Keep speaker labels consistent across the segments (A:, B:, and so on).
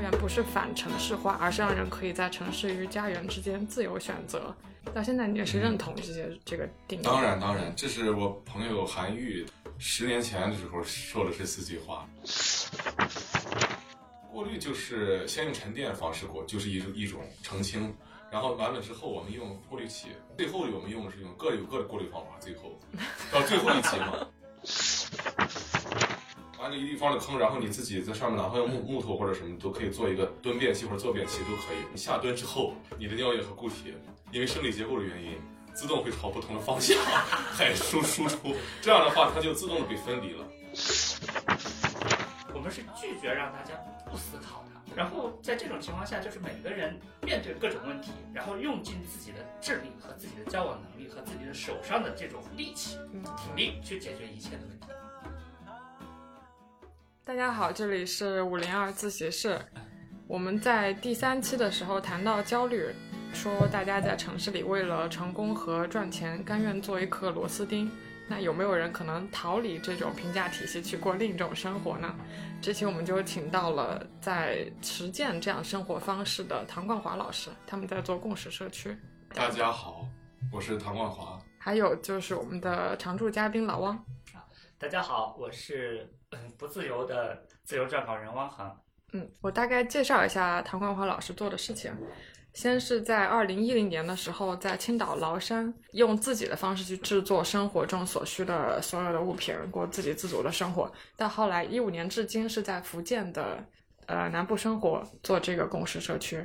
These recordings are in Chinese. A: 园不是反城市化，而是让人可以在城市与家园之间自由选择。到现在你也是认同这些、这个定义？
B: 当然，当然，这是我朋友韩愈十年前的时候说的这四句话。过滤就是先用沉淀方式过，就是一一种澄清，然后完了之后我们用过滤器，最后我们用的是用各有各的过滤方法，最后到最后一期嘛。 完这一地方的坑，然后你自己在上面，哪怕用木木头或者什么，都可以做一个蹲便器或者坐便器都可以。你下蹲之后，你的尿液和固体因为生理结构的原因，自动会朝不同的方向 排输输出，这样的话它就自动的被分离了。
C: 我们是拒绝让大家不思考它。然后在这种情况下，就是每个人面对各种问题，然后用尽自己的智力和自己的交往能力和自己的手上的这种力气、
A: 嗯
C: 体力去解决一切的问题。
A: 大家好，这里是五零二自习室。我们在第三期的时候谈到焦虑，说大家在城市里为了成功和赚钱，甘愿做一颗螺丝钉。那有没有人可能逃离这种评价体系，去过另一种生活呢？这期我们就请到了在实践这样生活方式的唐冠华老师，他们在做共识社区，
B: 大家好，我是唐冠华，
A: 还有就是我们的常驻嘉宾老汪。
C: 大家好，我是嗯不自由的自由撰稿人汪恒。
A: 嗯，我大概介绍一下唐冠华老师做的事情。先是在二零一零年的时候，在青岛崂山用自己的方式去制作生活中所需的所有的物品，过自给自足的生活。到后来一五年至今是在福建的呃南部生活，做这个共识社区。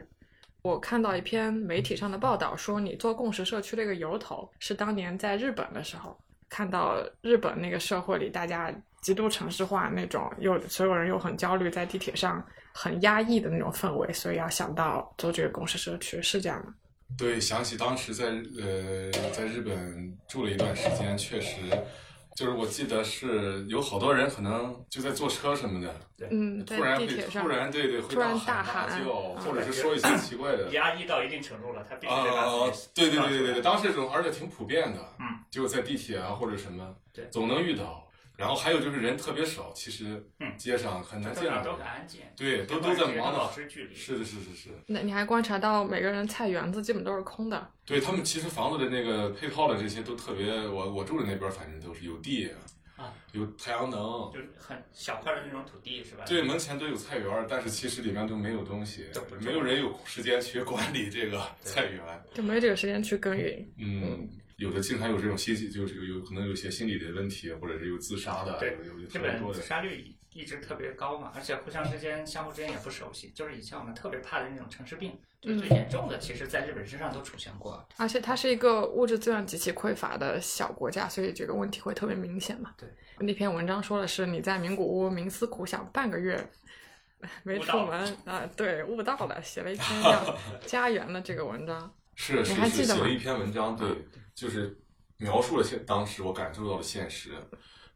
A: 我看到一篇媒体上的报道说，你做共识社区的一个由头是当年在日本的时候，看到日本那个社会里大家极度城市化那种，又所有人又很焦虑，在地铁上很压抑的那种氛围，所以要想到做这个共识社区，是这样吗？
B: 对，想起当时在呃在日本住了一段时间，确实，就是我记得是有好多人可能就在坐车什么的，
A: 嗯，在
B: 突然
A: 地
B: 会
A: 铁上，
B: 突然对对会
A: 突然
B: 大
A: 大喊
B: 大叫，
A: 嗯
B: 或者是说一些奇怪的。
C: 压抑到一定程度了，他必须得把
B: 啊
C: 自己，
B: 对对对对对对，当时这种而且挺普遍的，
C: 嗯，
B: 就在地铁啊或者什么，
C: 对
B: 总能遇到。然后还有就是人特别少，其实
C: 嗯
B: 街上很难
C: 大
B: 见
C: 家
B: 到
C: 都
B: 人
C: 很，安静，
B: 对，都都在忙
C: 保
B: 的。
C: 持距离。
B: 是的，是是是，
A: 那你还观察到每个人菜园子基本都是空的，
B: 对他们其实房子的那个配套的这些都特别，我我住的那边反正都是有地
C: 啊，
B: 有太阳能，
C: 就是很小块的那种土地是吧？
B: 对，门前都有菜园儿，但是其实里面都没有东西
C: 都不，种
B: 没有人有时间去管理这个
C: 对
B: 菜园。
A: 就没有这个时间去耕耘。
B: 嗯，有的经常有这种心理，就是有有可能有些心理的问题，或者是有自杀的，
C: 对
B: 有有
C: 日
B: 特别
C: 本
B: 多
C: 自
B: 的。
C: 杀率一直特别高嘛，而且互相之间、相互之间也不熟悉，就是以前我们特别怕的那种城市病，
A: 嗯
C: 就是最严重的，其实在日本身上都出现过。
A: 而且它是一个物质资源极其匮乏的小国家，所以这个问题会特别明显嘛。
C: 对，
A: 那篇文章说的是你在名古屋冥思苦想半个月，没
C: 悟
A: 出
C: 道
A: 门啊，对，悟到了，写了一 篇叫家园的这个文章。
B: 是是
A: 你还
B: 是，
A: 记得
B: 写
A: 吗嗯
B: 了一篇文章，对，就是描述了现当时我感受到的现实，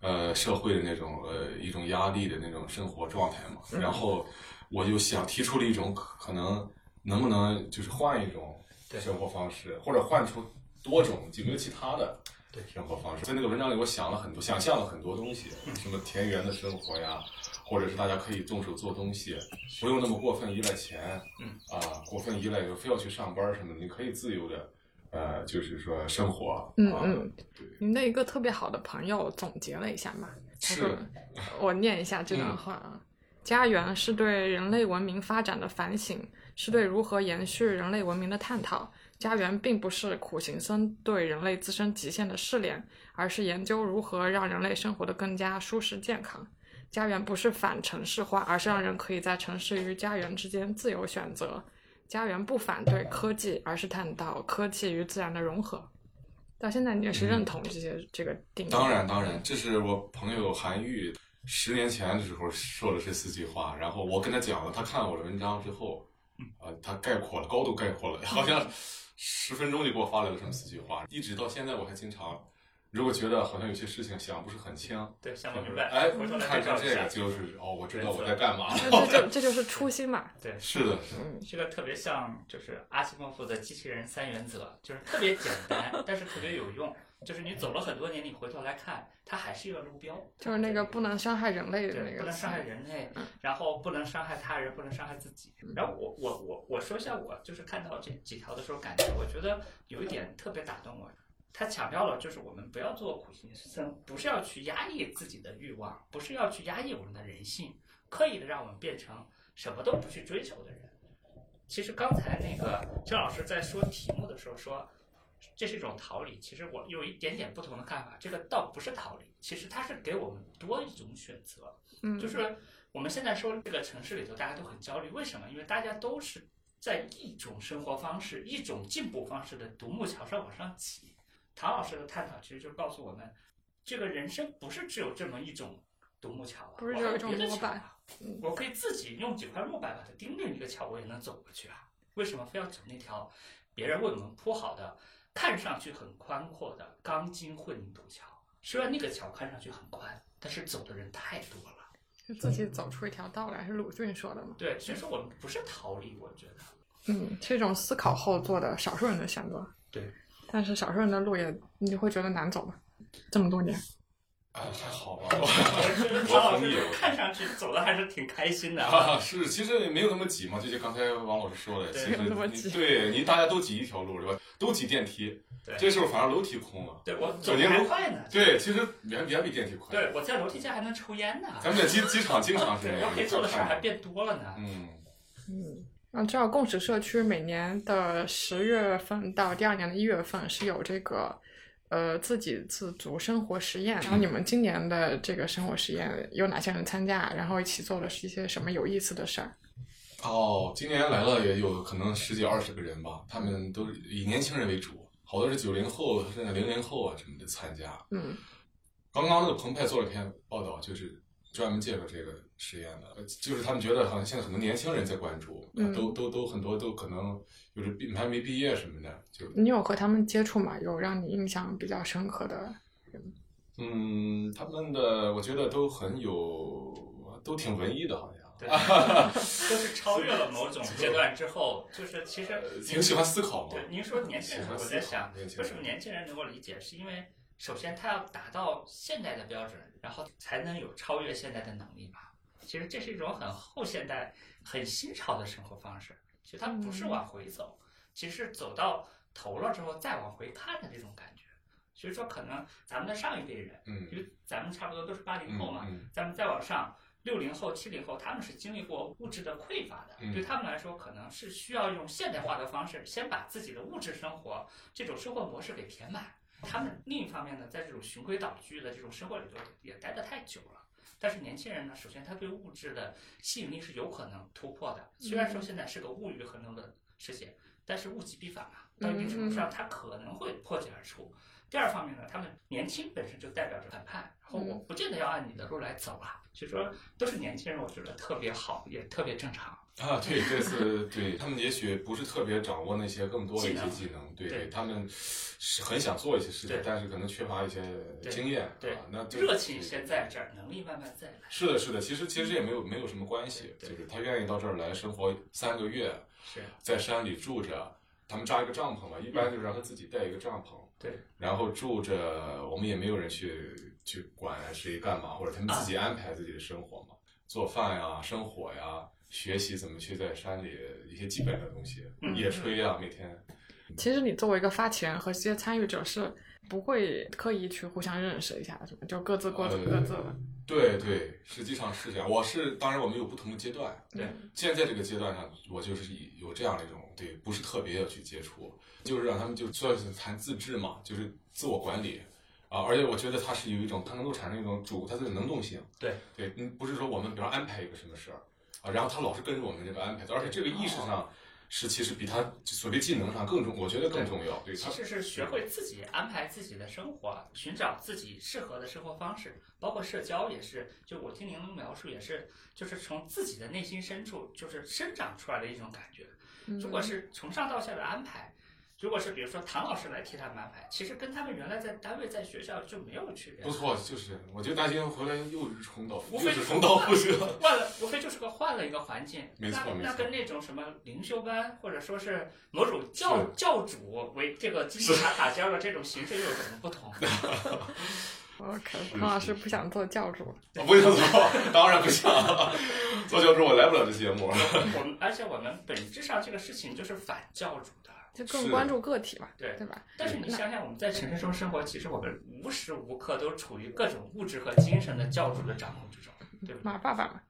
B: 呃，社会的那种呃一种压力的那种生活状态嘛。
A: 嗯
B: 然后我就想提出了一种可可能能不能就是换一种
C: 对
B: 生活方式，或者换出多种有没有其他的
C: 对
B: 生活方式。在那个文章里，我想了很多，想象了很多东西，什么田园的生活呀，或者是大家可以动手做东西，不用那么过分依赖钱，
C: 嗯
B: 啊，过分依赖非要去上班什么的，你可以自由的，呃，就是说生活，
A: 嗯
B: 啊
A: 嗯，
B: 对
A: 您的一个特别好的朋友总结了一下嘛，他
B: 是嗯
A: 说，我念一下这段话啊：家园是对人类文明发展的反省，是对如何延续人类文明的探讨。家园并不是苦行僧对人类自身极限的试炼，而是研究如何让人类生活得更加舒适健康。家园不是反城市化，而是让人可以在城市与家园之间自由选择。家园不反对科技，而是探讨科技与自然的融合。到现在你也是认同这些、这个定义？
B: 嗯当然，当然，这是我朋友韩愈十年前的时候说的这四句话，然后我跟他讲了，他看了我的文章之后，
C: 嗯
B: 啊、他概括了，高度概括了，好像十分钟就给我发来了这么四句话，一直到现在我还经常如果觉得好像有些事情想不是很清，
C: 对，想不明白，
B: 哎
C: 回头，来
B: 看
C: 对
B: 看
C: 照一
B: 这
C: 下
B: 个。就是哦，我知道我在干 嘛。
A: 那这就这就是初心嘛。
C: 对，
B: 是的，
A: 嗯，
C: 这个特别像就是阿西莫夫的机器人三原则，就是特别简单，但是特别有用。就是你走了很多年，你回头来看，它还是一个路标，
A: 就是那个不能伤害人类的
C: 对，
A: 那
C: 不
A: 个
C: 能
A: 词
C: 伤。害人类
A: 嗯，
C: 然后不能伤害他人，不能伤害自己。然后我我我我说一下我就是看到这几条的时候，感觉我觉得有一点特别打动我。他强调了，就是我们不要做苦行僧，不是要去压抑自己的欲望，不是要去压抑我们的人性，刻意的让我们变成什么都不去追求的人。其实刚才那个郑老师在说题目的时候说，这是一种逃离。其实我有一点点不同的看法，这个倒不是逃离，其实它是给我们多一种选择。
A: 嗯，
C: 就是我们现在说这个城市里头大家都很焦虑，为什么？因为大家都是在一种生活方式、一种进步方式的独木桥上往上挤。唐老师的探讨其实就告诉我们，这个人生不是只有这么一种独木桥啊，
A: 不是
C: 我
A: 只有
C: 还
A: 一种
C: 别的
A: 模
C: 桥啊
A: 板嗯
C: 我可以自己用几块木板把它钉进一个桥，我也能走过去啊。为什么非要走那条别人为我们铺好的、看上去很宽阔的钢筋混凝土桥？虽然那个桥看上去很宽，但是走的人太多了。
A: 就自己走出一条道来，是鲁迅说的嘛。
C: 对，所以说我们不是逃离，我觉得。
A: 嗯，是一种思考后做的少数人的选择。
C: 对，
A: 但是少数人的路也你会觉得难走吧？这么多年，
B: 哎，还好吧。
C: 唐老师看上去走的还是挺开心的啊。
B: 啊， 是，其实也没有那么挤嘛，就像刚才王老师说的，
C: 对
B: 其
A: 没
B: 实
A: 有那么
B: 你
A: 挤
B: 对你大家都挤一条路是吧？都挤电梯
C: 对，
B: 这时候反而楼梯空了。
C: 对我走得还快呢。
B: 对，其实远远比电梯快。
C: 对，我在楼梯间还能抽烟呢。
B: 咱们在机机场经常是
C: 对
B: 那，
C: 我
B: 样。
C: 可以做的事儿还
B: 看
C: 变多了呢。
B: 嗯，
A: 嗯，啊，知道共识社区每年的十月份到第二年的一月份是有这个呃自给自足生活实验，然后你们今年的这个生活实验有哪些人参加？然后一起做的是一些什么有意思的事儿？
B: 哦，今年来了也有可能十几二十个人吧，他们都是以年轻人为主，好多是九零后甚至零零后啊什么的参加。
A: 嗯
B: 刚刚那个澎湃做了一篇报道，就是专门介绍这个实验的，呃就是他们觉得好像现在很多年轻人在关注，啊
A: 嗯
B: 都都都很多都可能有着毕还没毕业什么的，就
A: 你有和他们接触吗？有让你印象比较深刻的？
B: 嗯，他们的我觉得都很有，都挺文艺的，好像
C: 对，都是超越了某种阶段之后，就是其实
B: 呃挺喜欢思考嘛
C: 对，，您说年轻人，我在想，
B: 年轻人
C: 为什么年轻人能够理解？是因为首先他要达到现代的标准，然后才能有超越现代的能力吧。其实这是一种很后现代、很新潮的生活方式。其实它不是往回走，其实是走到头了之后再往回看的这种感觉。所以说，可能咱们的上一辈人，
B: 嗯
C: 因为咱们差不多都是八零
B: 嗯
C: 后嘛，
B: 嗯
C: 咱们再往上，六零后、七零后，他们是经历过物质的匮乏的，
B: 嗯
C: 对他们来说，可能是需要用现代化的方式，先把自己的物质生活这种生活模式给填满。他们另一方面呢，在这种循规蹈矩的这种生活里头也待得太久了。但是年轻人呢，首先他对物质的吸引力是有可能突破的。虽然说现在是个物欲横流的世界，但是物极必反嘛，到一定程度上，他可能会破茧而出。第二方面呢，他们年轻本身就代表着反叛，然后我不见得要按你的路来走啊。所以说，都是年轻人，我觉得特别好，也特别正常。
B: 啊，对，这次对他们也许不是特别掌握那些更多的一些技能，对
C: 对
B: 他们是很想做一些事情
C: 对，
B: 但是可能缺乏一些
C: 对
B: 经验，
C: 对
B: 啊，那就
C: 热情先在这儿，能力慢慢再来。
B: 是的，是的，其实其实这也没有没有什么关系，就
C: 对
B: 是他愿意到这儿来生活三个月，
C: 是
B: 在山里住着，他们扎一个帐篷嘛，一般就是让他自己带一个帐篷，
C: 对，
B: 然后住着，我们也没有人去去管谁干嘛，或者他们自己安排自己的生活嘛，做饭呀、生火呀、学习怎么去在山里一些基本的东西，
C: 嗯
B: 野炊呀，每天
A: 其实你作为一个发起人和这些参与者是不会刻意去互相认识一下，什么就各自过
B: 呃
A: 各自了。
B: 对对，实际上是这样。我是当然我们有不同的阶段，
C: 对
B: 现在这个阶段上，我就是以有这样的一种对，不是特别要去接触，就是让他们就算是谈自治嘛，就是自我管理啊。而且我觉得它是有一种，它能够产生一种主它的能动性。
C: 对
B: 对，嗯，不是说我们比方安排一个什么事儿啊，然后他老是跟着我们这个安排的，而且这个意识上是其实比他所谓技能上更重，我觉得更重要。对，他
C: 其实是学会自己安排自己的生活，寻找自己适合的生活方式，包括社交也是。就我听您的描述，也是就是从自己的内
A: 嗯
C: 心深处就是生长出来的一种感觉。如果是从上到下的安排，如果是比如说唐老师来替他们安排，其实跟他们原来在单位在学校就没有区别
B: 不。错，就是我觉得大金回来又是重蹈，
C: 无
B: 又
C: 非
B: 是
C: 是
B: 重蹈覆辙。
C: 换了，无非就是个换了一个环境，
B: 没错
C: 那
B: 没错
C: 那跟那种什么灵修班，或者说是某种教教主为这个金字塔塔尖儿的这种形式又有什么不同？
A: 嗯 OK，
B: 是
A: 唐老
B: 是
A: 师不想做教主，
B: 我不想做，当然不想了。做教主我来不了这节目。
C: 我们而且我们本质上这个事情就是反教主的。
A: 就是更关注个体嘛，
C: 对
A: 对吧？
C: 但是你想想，我们在城市中生活，其实我们无时无刻都处于各种物质和精神的教主的掌控之中，对吧？
A: 马爸爸嘛，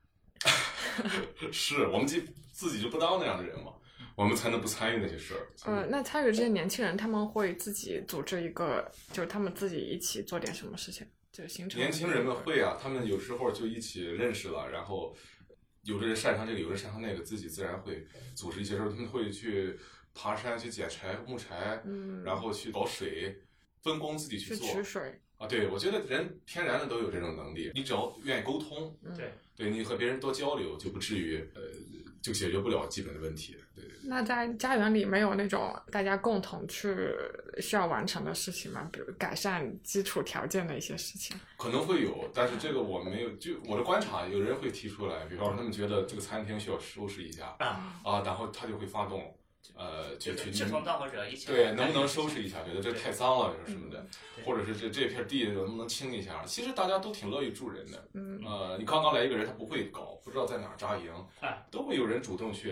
B: 是我们自己自己就不当那样的人嘛，我们才能不参与那些事儿。
A: 呃，那参与这些年轻人，他们会自己组织一个，就是他们自己一起做点什么事情，就是形成
B: 年轻人们会啊，他们有时候就一起认识了，然后有的人擅长这个，有的人擅长那个，自己自然会组织一些事儿。他们会去爬山、去捡柴、木柴，
A: 嗯，
B: 然后去倒水，分工自己去
A: 去
B: 做
A: 取水，
B: 啊。对，我觉得人天然的都有这种能力，你只要愿意沟通，
A: 嗯
C: 对
B: 对你和别人多交流，就不至于呃就解决不了基本的问题。对，
A: 那在家园里没有那种大家共同去需要完成的事情吗？比如改善基础条件的一些事情。
B: 可能会有，但是这个我没有，就我的观察，有人会提出来，比方说他们觉得这个餐厅需要收拾一下
C: 啊，
B: 啊，然后他就会发动，呃，
C: 就
B: 就是去
C: 志同道合者一起
B: 对能不能收拾一下，觉得这
C: 对
B: 太脏了，什么的，
C: 对
B: 或者是这这片地能不能清一下？其实大家都挺乐于助人的，
A: 嗯，
B: 呃，你刚刚来一个人，他不会搞，不知道在哪儿扎营
C: 啊，
B: 都会有人主动去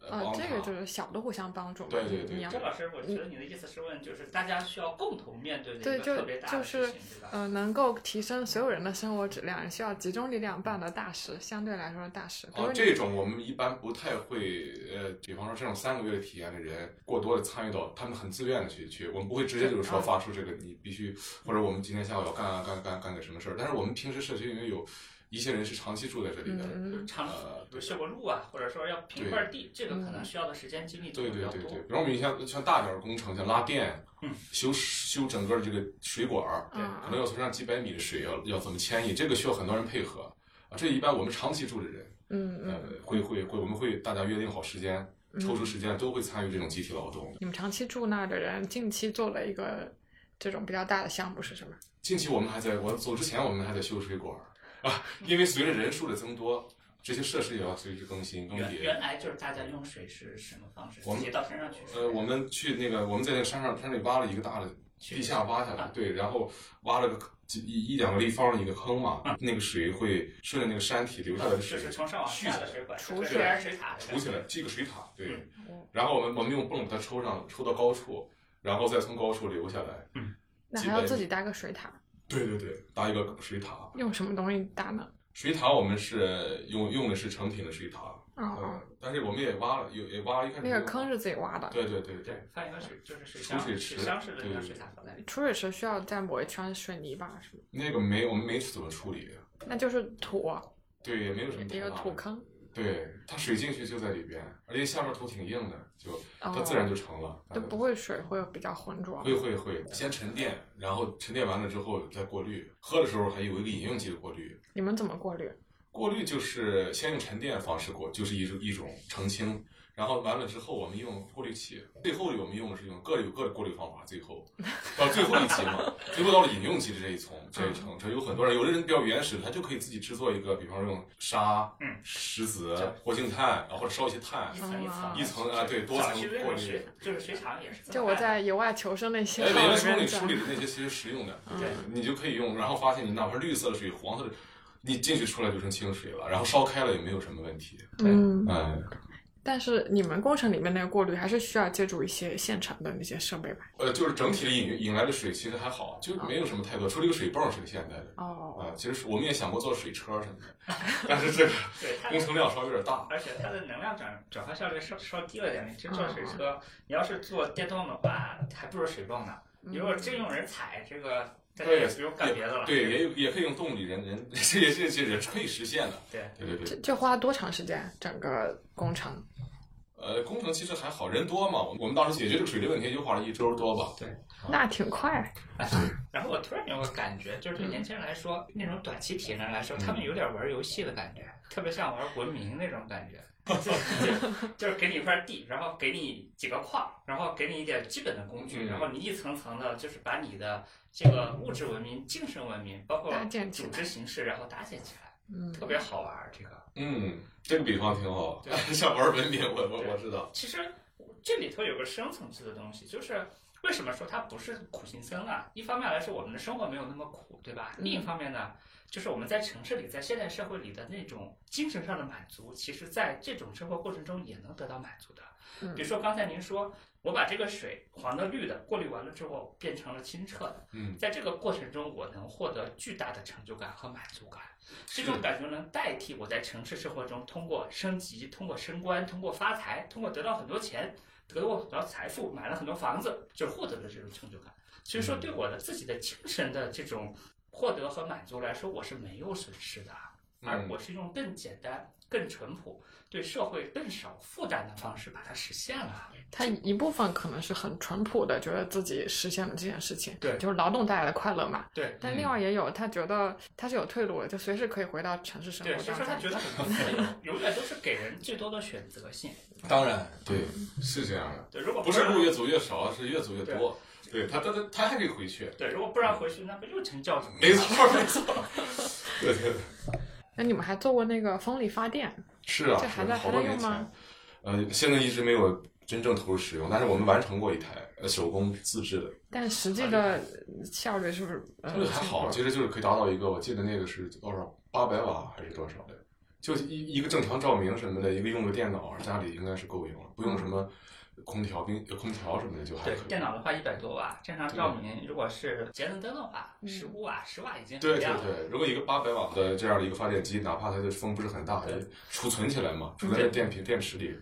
B: 呃
A: 呃
B: 帮，
A: 这个就
B: 他。
A: 是小的互相帮助嘛。
B: 对对对
A: 你要
C: 周老师，我觉得你的意思是问，就是大家需要共同面对的一
A: 对
C: 个
A: 就
C: 特别大的
A: 就是
C: 事情，对吧？
A: 呃，能够提升所有人的生活质量，你需要集中力量办的大事，相对来说的大事。比如
B: 啊，
A: 你
B: 这种我们一般不太会，呃，比方说这种三个月的体验的人，过多的参与到，他们很自愿的去去，我们不会直接就是说
A: 对啊
B: 发出这个你必须，或者我们今天下午要干啊干啊干啊干个什么事儿，但是我们平时社区里面有一些人是长期住在这里的，
A: 嗯嗯
C: 长
B: 呃
C: 比如修个路啊，或者说要平块地，这个可能需要的时间精力就
B: 对
C: 会嗯比
B: 对
C: 较
B: 对对
C: 多。，
B: 比如我们像像大点儿的工程，像拉电
C: 嗯，
B: 修修整个这个水管儿，
C: 对
B: 可
A: 嗯
B: 能要从上几百米的水要要怎么迁移，这个需要很多人配合啊，这一般我们长期住的人。
A: 嗯
B: 呃
A: 嗯，，
B: 会会会，我们会大家约定好时间，
A: 嗯
B: 抽出时间都会参与这种集体劳动。
A: 你们长期住那儿的人，近期做了一个这种比较大的项目是什么？
B: 近期我们还在我走之前，我们还在修水管儿啊，因为随着人数的增多，这些设施也要随之更新更
C: 原
B: 迭。
C: 原来就是大家用水是什么方式？
B: 我
C: 自
B: 们
C: 己到山上去水。
B: 呃，我们去那个我们在那个山上山里挖了一个大的地下挖下来，对，然后挖了个几一一两个立方的一个坑嘛，那个水会顺着那个山体流下来的
C: 就
B: 水
C: 嗯呃是从上往下的水管，
A: 储
C: 水
A: 水
C: 然水塔的
B: 储起来，系个水塔，对
A: 嗯。
B: 然后我们我们用泵把它抽上，抽到高处，然后再从高处流下来。
A: 那
B: 基
A: 还要
B: 本
A: 自己搭个水塔，
B: 对对对，搭一个水塔，
A: 用什么东西搭呢？
B: 水塔我们是用用的是成品的水塔，
A: 哦
B: 嗯
A: 哦，，
B: 但是我们也挖了，有也挖了一开始
A: 那个坑是自己挖的。
B: 对对对对
C: 对，放一个水就是水
B: 储
C: 箱，
B: 水池
C: 水箱式的那
B: 对
C: 个水塔放在里面。
A: 出水池需要再抹一圈水泥吧，是吗？
B: 那个没我们没怎么处理，
A: 那就是土，啊
B: 对，也没有什么啊
A: 一个
B: 太大
A: 土
B: 的，
A: 坑。
B: 对，它水进去就在里边，而且下面土挺硬的，就它
A: 哦，
B: 自然就成了，嗯
A: 就不会水会比较浑浊。
B: 会会会，先沉淀，然后沉淀完了之后再过滤，喝的时候还有一个饮用机的过滤，
A: 你们怎么过滤？
B: 过滤就是先用沉淀方式过，就是一种一种澄清，然后完了之后我们用过滤器，最后我们用的是用各有各的过滤方法，最后到最后一级嘛，最后到了饮用级的这一层这一层，这有很多人，有的人比较原始，他就可以自己制作一个，比方说用沙、
C: 嗯
B: 石子
C: 这样、
B: 活性炭，啊或者烧一些炭
C: 一，层一层
B: 一层啊对多层
C: 小区那
B: 过
C: 种
B: 滤
C: 水就是水厂也是这么
A: 就我
C: 干的
A: 在野外求生那些
B: 哎，
A: 号
B: 美
A: 里
B: 术
A: 面
B: 你
A: 讲
B: 处理的那些其实实用的，
C: 对
B: 你就可以用，然后发现你哪怕绿色的水、黄色的，你进去出来就成清水了，然后烧开了也没有什么问题，
A: 嗯，
B: 嗯。
A: 但是你们工程里面那个过滤还是需要借助一些现成的那些设备吧？
B: 呃，就是整体的引引来的水其实还好，啊就没有什么太多，除了一个水泵是个现代的。
A: 哦，
B: 啊，其实我们也想过做水车什么的， 但是这个
C: 对它
B: 工程量稍微有点大。
C: 而且它的能量转转化效率稍稍低了点。你真
A: 嗯
C: 坐水车，你要是坐电动的话，还不如水泵呢。
A: 嗯
C: 你如果真用人踩，这个大家也不用干别的了。
B: 对，也有也可以用动力人人， 这也这这人是可以实现的。
C: 对
B: 对对对，
A: 这这花多长时间？整个工程？
B: 呃，工程其实还好，人多嘛。我们当时解决这个水利问题就花了一周多吧。
A: 那挺快。
C: 然后我突然有个感觉，就是
A: 嗯
C: 对年轻人来说，那种短期体能来说，他
B: 嗯
C: 们有点玩游戏的感觉，特别像玩文明那种 感觉。就是就是给你一块地，然后给你几个矿，然后给你一点基本的工具，
B: 嗯
C: 然后你一层层的，就是把你的这个物质文明、精神文明，包括
A: 搭建起
C: 组
A: 来
C: 织形式，然后搭建起来，
A: 嗯，
C: 特别好玩儿。这个
B: 嗯，这个比方挺好
C: 对，
B: 像玩文明，我我我知道。
C: 其实这里头有个深层次的东西，就是为什么说它不是苦行僧啊？一方面来说，我们的生活没有那么苦，对吧？
A: 嗯
C: 另一方面呢，就是我们在城市里，在现代社会里的那种精神上的满足，其实在这种生活过程中也能得到满足的。
A: 嗯
C: 比如说刚才您说，我把这个水黄的、绿的过滤完了之后，变成了清澈的，
B: 嗯，
C: 在这个过程中，我能获得巨大的成就感和满足感。这种感觉能代替我在城市生活中通过升级、通过升官、通过发财、通过得到很多钱、得到很多财富、买了很多房子，就是获得的这种成就感。所以说，对我的自己的精神的这种获得和满足来说，我是没有损失的，而
B: 嗯
C: 我是用更简单、更淳朴、对社会更少负担的方式把它实现了。
A: 他一部分可能是很淳朴的，觉得自己实现了这件事情，
C: 对
A: 就是劳动带来的快乐嘛。
C: 对
A: 但
B: 嗯
A: 另外也有他觉得他是有退路的，就随时可以回到城市生活
C: 对，所以说
A: 当
C: 他
A: 中。
C: 觉得 很自由，永远都是给人最多的选择性。
B: 嗯当然，对，是这样的，
C: 对，如果
B: 不是路越走越少，是越走越多。对他，他他他还可以回去。
C: 对，如果不然回去，那不又成教主？
B: 没错，没错。对对对，
A: 那你们还做过那个风力发电？
B: 是啊，
A: 这还在
B: 是好多
A: 还在
B: 年
A: 用吗
B: 前。呃，现在一直没有真正投入使用，但是我们完成过一台呃手工自制的，
A: 但实际的效率是不是？呃
B: 这个还好，
A: 挺
B: 其实就是可以达到一个，我记得那个是多少八百瓦还是多少的，就一一个正常照明什么的，一个用个电脑，家里应该是够用了，不用什么空调、冰空调什么的就还
C: 对
B: 可，以。
C: 电脑的话一百多瓦，正常照明如果是节能灯的话，
A: 嗯
C: 十五瓦、十瓦已经
B: 对
C: 很
B: 对
C: 亮了。
B: 对，如果一个八百瓦的这样的一个发电机，哪怕它的风不是很大，它储存起来嘛，储存在电瓶电池里，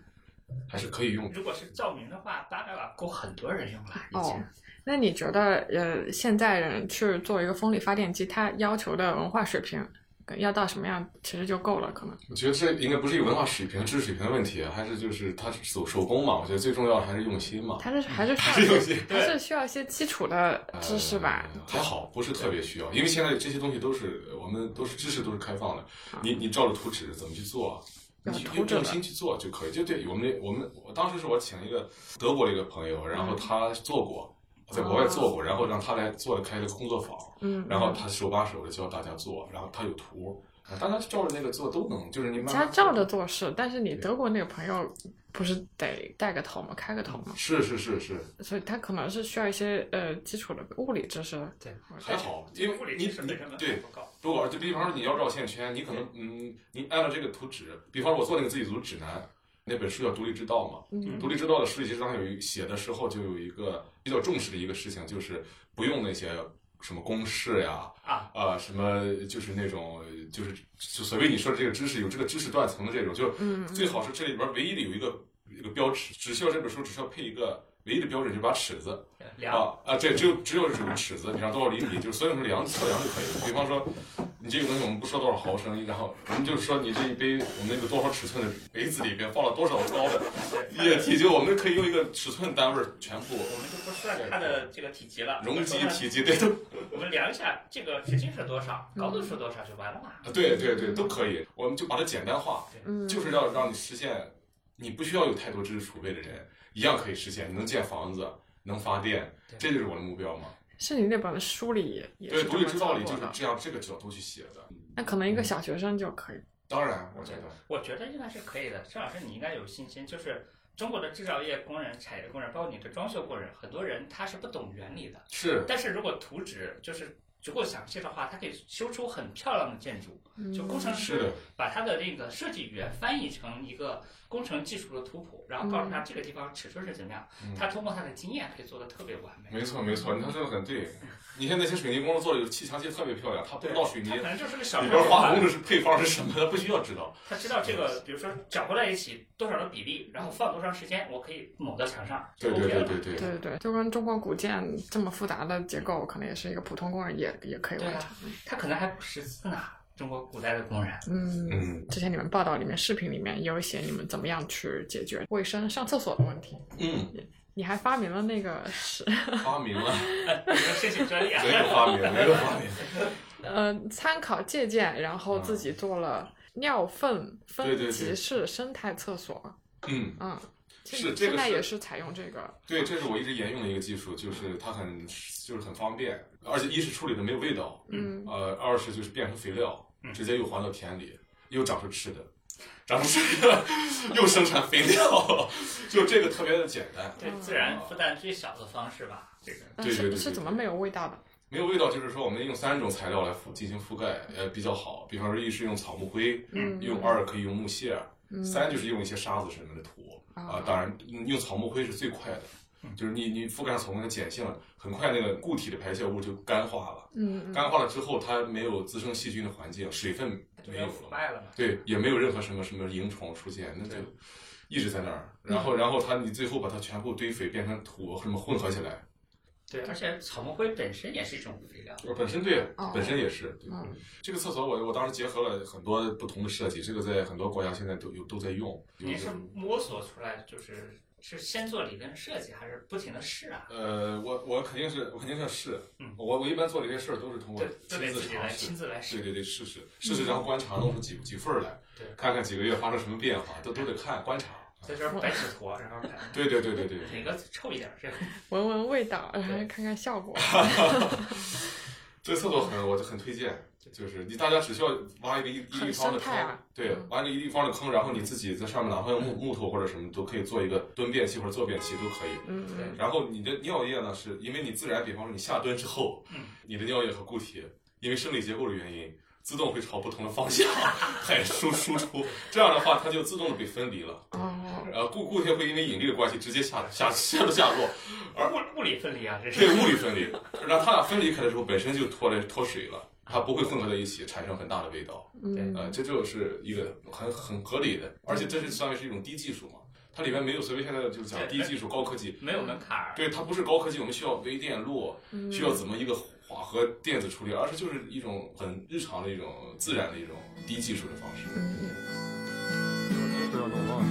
B: 还是可以用的。
C: 如果是照明的话，八百瓦够很多人用了，已
A: 哦
C: 经。
A: 那你觉得呃，现在人去做一个风力发电机，他要求的文化水平呃要到什么样，其实就够了，可能。
B: 我觉得这应该不是一个文化水平、知识水平的问题，啊还是就是它是手手工嘛，我觉得最重要的还是用心嘛，
A: 他是还是
B: 还
A: 需
B: 是
A: 要
B: 用
A: 一些
B: 心。
A: 还是需要一些基础的知识吧。
B: 呃还好，不是特别需要，因为现在这些东西都是我们都是知识都是开放的，你你照着图纸怎么去做，啊
A: 有
B: 你去
A: 啊图
B: 用
A: 纸
B: 用
A: 的
B: 心去做就可以。就对我们那我们我当时是我请一个德国的一个朋友，然
A: 嗯
B: 后他做过，在国外做过，然后让他来做开了个工作坊，
A: 哦嗯，
B: 然后他手把手的教大家做，然后他有图，啊大家照着那个做都能，就是你慢
A: 他
B: 慢
A: 照着做事，但是你德国那个朋友不是得带个头吗？开个头吗？
B: 是是是是，
A: 所以他可能是需要一些呃基础的物理知识。
C: 对
A: 或者
B: 还好，因为
C: 物理
B: 你
C: 知识本身
B: 你
C: 门槛
B: 对
C: 不高。
B: 如果就比方说你要绕线圈，你可能嗯，你按照这个图纸，比方说我做那个自己组指南，那本书叫《独立之道》嘛，
A: 嗯
B: 《独立之道》的书里其实当时有一写的时候就有一个比较重视的一个事情，就是不用那些什么公式呀，
C: 啊
B: 啊什么就是那种就是就所谓你说的这个知识有这个知识断层的这种，就
A: 嗯
B: 最好是这里边唯一的有一个一个标尺，只需要这本书只需要配一个唯一的标准，就是把尺子。
C: 聊
B: 啊啊，对，只有只有这种尺子，你让多少厘米，就是所有什么量测量就可以了。比方说，你这个东西我们不说多少毫升，然后我们就说你这一杯我们那个多少尺寸的杯子里边放了多少高的液体，就我们可以用一个尺寸单位儿全部
C: 我们就不算它的这个体积了，
B: 容积体积，对都
C: 我们量一下这个直径是多少，高度
A: 嗯
C: 是多少就完了嘛。
B: 对对对都可以，我们就把它简单化，
A: 嗯，
B: 就是要让你实现，你不需要有太多知识储备的人一样可以实现，你能建房子，能发电，这就是我的目标嘛。
A: 是你那本书里也也
B: 对，
A: 是
B: 独
A: 这
B: 立
A: 么
B: 之
A: 操
B: 道
A: 作
B: 里就是嗯
A: 的。
B: 这样这个角度去写的。
A: 那可能一个小学生就可以。
B: 当然，我觉得。
C: 我觉得应该是可以的，郑老师你应该有信心，就是。中国的制造业工人、产业工人，包括你的装修工人，很多人他是不懂原理的，
B: 是，
C: 但是如果图纸就是足够详细的话，它可以修出很漂亮的建筑。
A: 嗯
C: 就工程
B: 是
C: 师
B: 的，
C: 把它的这个设计语言翻译成一个工程技术的图谱，然后告诉他这个地方尺寸是怎么样，
B: 嗯
C: 他通过他的经验可以做的特别完美。
B: 没错没错，你说的很对。你看那些水泥工做的有砌墙砌特别漂亮，他不知道水泥
C: 他可
B: 里
C: 能就是个小
B: 边化
C: 工
B: 工，的是配方是什么，他不需要知道。
C: 他知道这个，比如说搅和在一起多少的比例，然后放多长时间，我可以抹到墙上就
B: 对对
C: OK
B: 对
C: 了。
B: 对对
A: 对对对，就跟中国古建这么复杂的结构，可能也是一个普通工人也也可以
C: 对
A: 完
C: 啊
A: 成。
C: 他可能还不识字呢，中国古代的 工人。
A: 嗯，
B: 嗯
A: 之前你们报道里面、视频里面也有写你们怎么样去解决卫生上厕所的问题，
B: 嗯，
A: 你还发明了那个是
B: 发明了，
C: 你们申请专利啊？
B: 没有发明，没有发明。
A: 呃参考借鉴，然后自己做了尿粪
B: 嗯对
A: 分
B: 对对
A: 级式生态厕所，
B: 嗯，
A: 嗯，
B: 是
A: 现
B: 这个
A: 现在
B: 是
A: 也是采用这个，
B: 对，这是我一直沿用的一个技术，就是它很就是很方便，而且一是处理的没有味道，
A: 嗯，
B: 呃，二是就是变成肥料，
C: 嗯
B: 直接又还到田里，又长出吃的，长出吃的， 又生产肥料， 就这个特别的简单。
C: 对，自然负担最小的方式吧。这个，
A: 那
B: 对对对
A: 是
B: 对
A: 是
B: 对
A: 怎么没有味道的？
B: 没有味道，就是说我们用三种材料来覆进行覆盖，呃，比较好。比方说，一是用草木灰，
A: 嗯，
B: 用二可以用木屑，
A: 嗯
B: 三就是用一些沙子什么的土啊、当然嗯用草木灰是最快的，就是你你覆盖上草木灰它碱性了，很快那个固体的排泄物就干化了，
A: 嗯嗯
B: 干化了之后它没有滋生细菌的环境，水分
C: 就
B: 没
C: 没
B: 有
C: 有腐
B: 了，
C: 败了嘛。
B: 对，也没有任何什么什么蝇虫出现，那就
C: 对
B: 一直在那儿，然后然后它你最后把它全部堆肥变成土什么混合起来，
C: 对，而且草木灰本身也是一种肥料。
B: 呃本身对
A: 哦，
B: 本身也是。对
A: 嗯
B: 这个厕所我我当时结合了很多不同的设计，这个在很多国家现在都有都在用。有
C: 您
B: 的
C: 是摸索出来，就是是先做理论设计，还是不停的试啊？
B: 呃，我我肯定是我肯定是要试，
C: 嗯
B: 我我一般做这些事儿都是通过
C: 对，都
B: 亲
C: 得
B: 自
C: 自己
B: 尝
C: 来
B: 试
C: 亲，自来
B: 对
C: 试。
B: 对对，试
A: 嗯
B: 试试试，然后观察弄出几几份儿来，
C: 对
B: 看看几个月发生什么变化，都都得看观察。
C: 在这儿摆纸坨，啊然后看
B: 对对对对对，
C: 哪个臭一点儿，这 个
A: 闻闻味道，然后
C: 对
A: 看看效果。
B: 这个厕所很我就很推荐，就是你大家只需要挖一个一一立方
A: 很
B: 的
A: 生
B: 坑
A: 态啊，
B: 对，
A: 嗯
B: 挖一个一立方的坑，然后你自己在上面哪怕用木木头或者什么都可以做一个蹲便器或者坐便器都可以。
A: 嗯
C: 对
A: 嗯
B: 然后你的尿液呢，是因为你自然，比方说你下蹲之后，
C: 嗯
B: 你的尿液和固体，因为生理结构的原因，自动会朝不同的方向 排输输出，这样的话它就自动的被分离了。
A: 哦，
B: 呃，固固体会因为引力的关系直接下下下下落，
C: 物物理分离啊，这
B: 对
C: 是。
B: 物理分离。然后它俩分离开的时候，本身就脱了脱水了，它不会混合在一起产生很大的味道。
A: 嗯
B: 呃，这就是一个很很合理的，而且这是相当于是一种低技术嘛，它里面没有所谓现在的就是讲低技术高科技，
C: 没有门槛儿，
B: 对，它不是高科技，我们需要微电路，需要怎么一个化合电子处理，而是就是一种很日常的一种自然的一种低技术的方式。
A: 嗯
D: 不要弄忘了。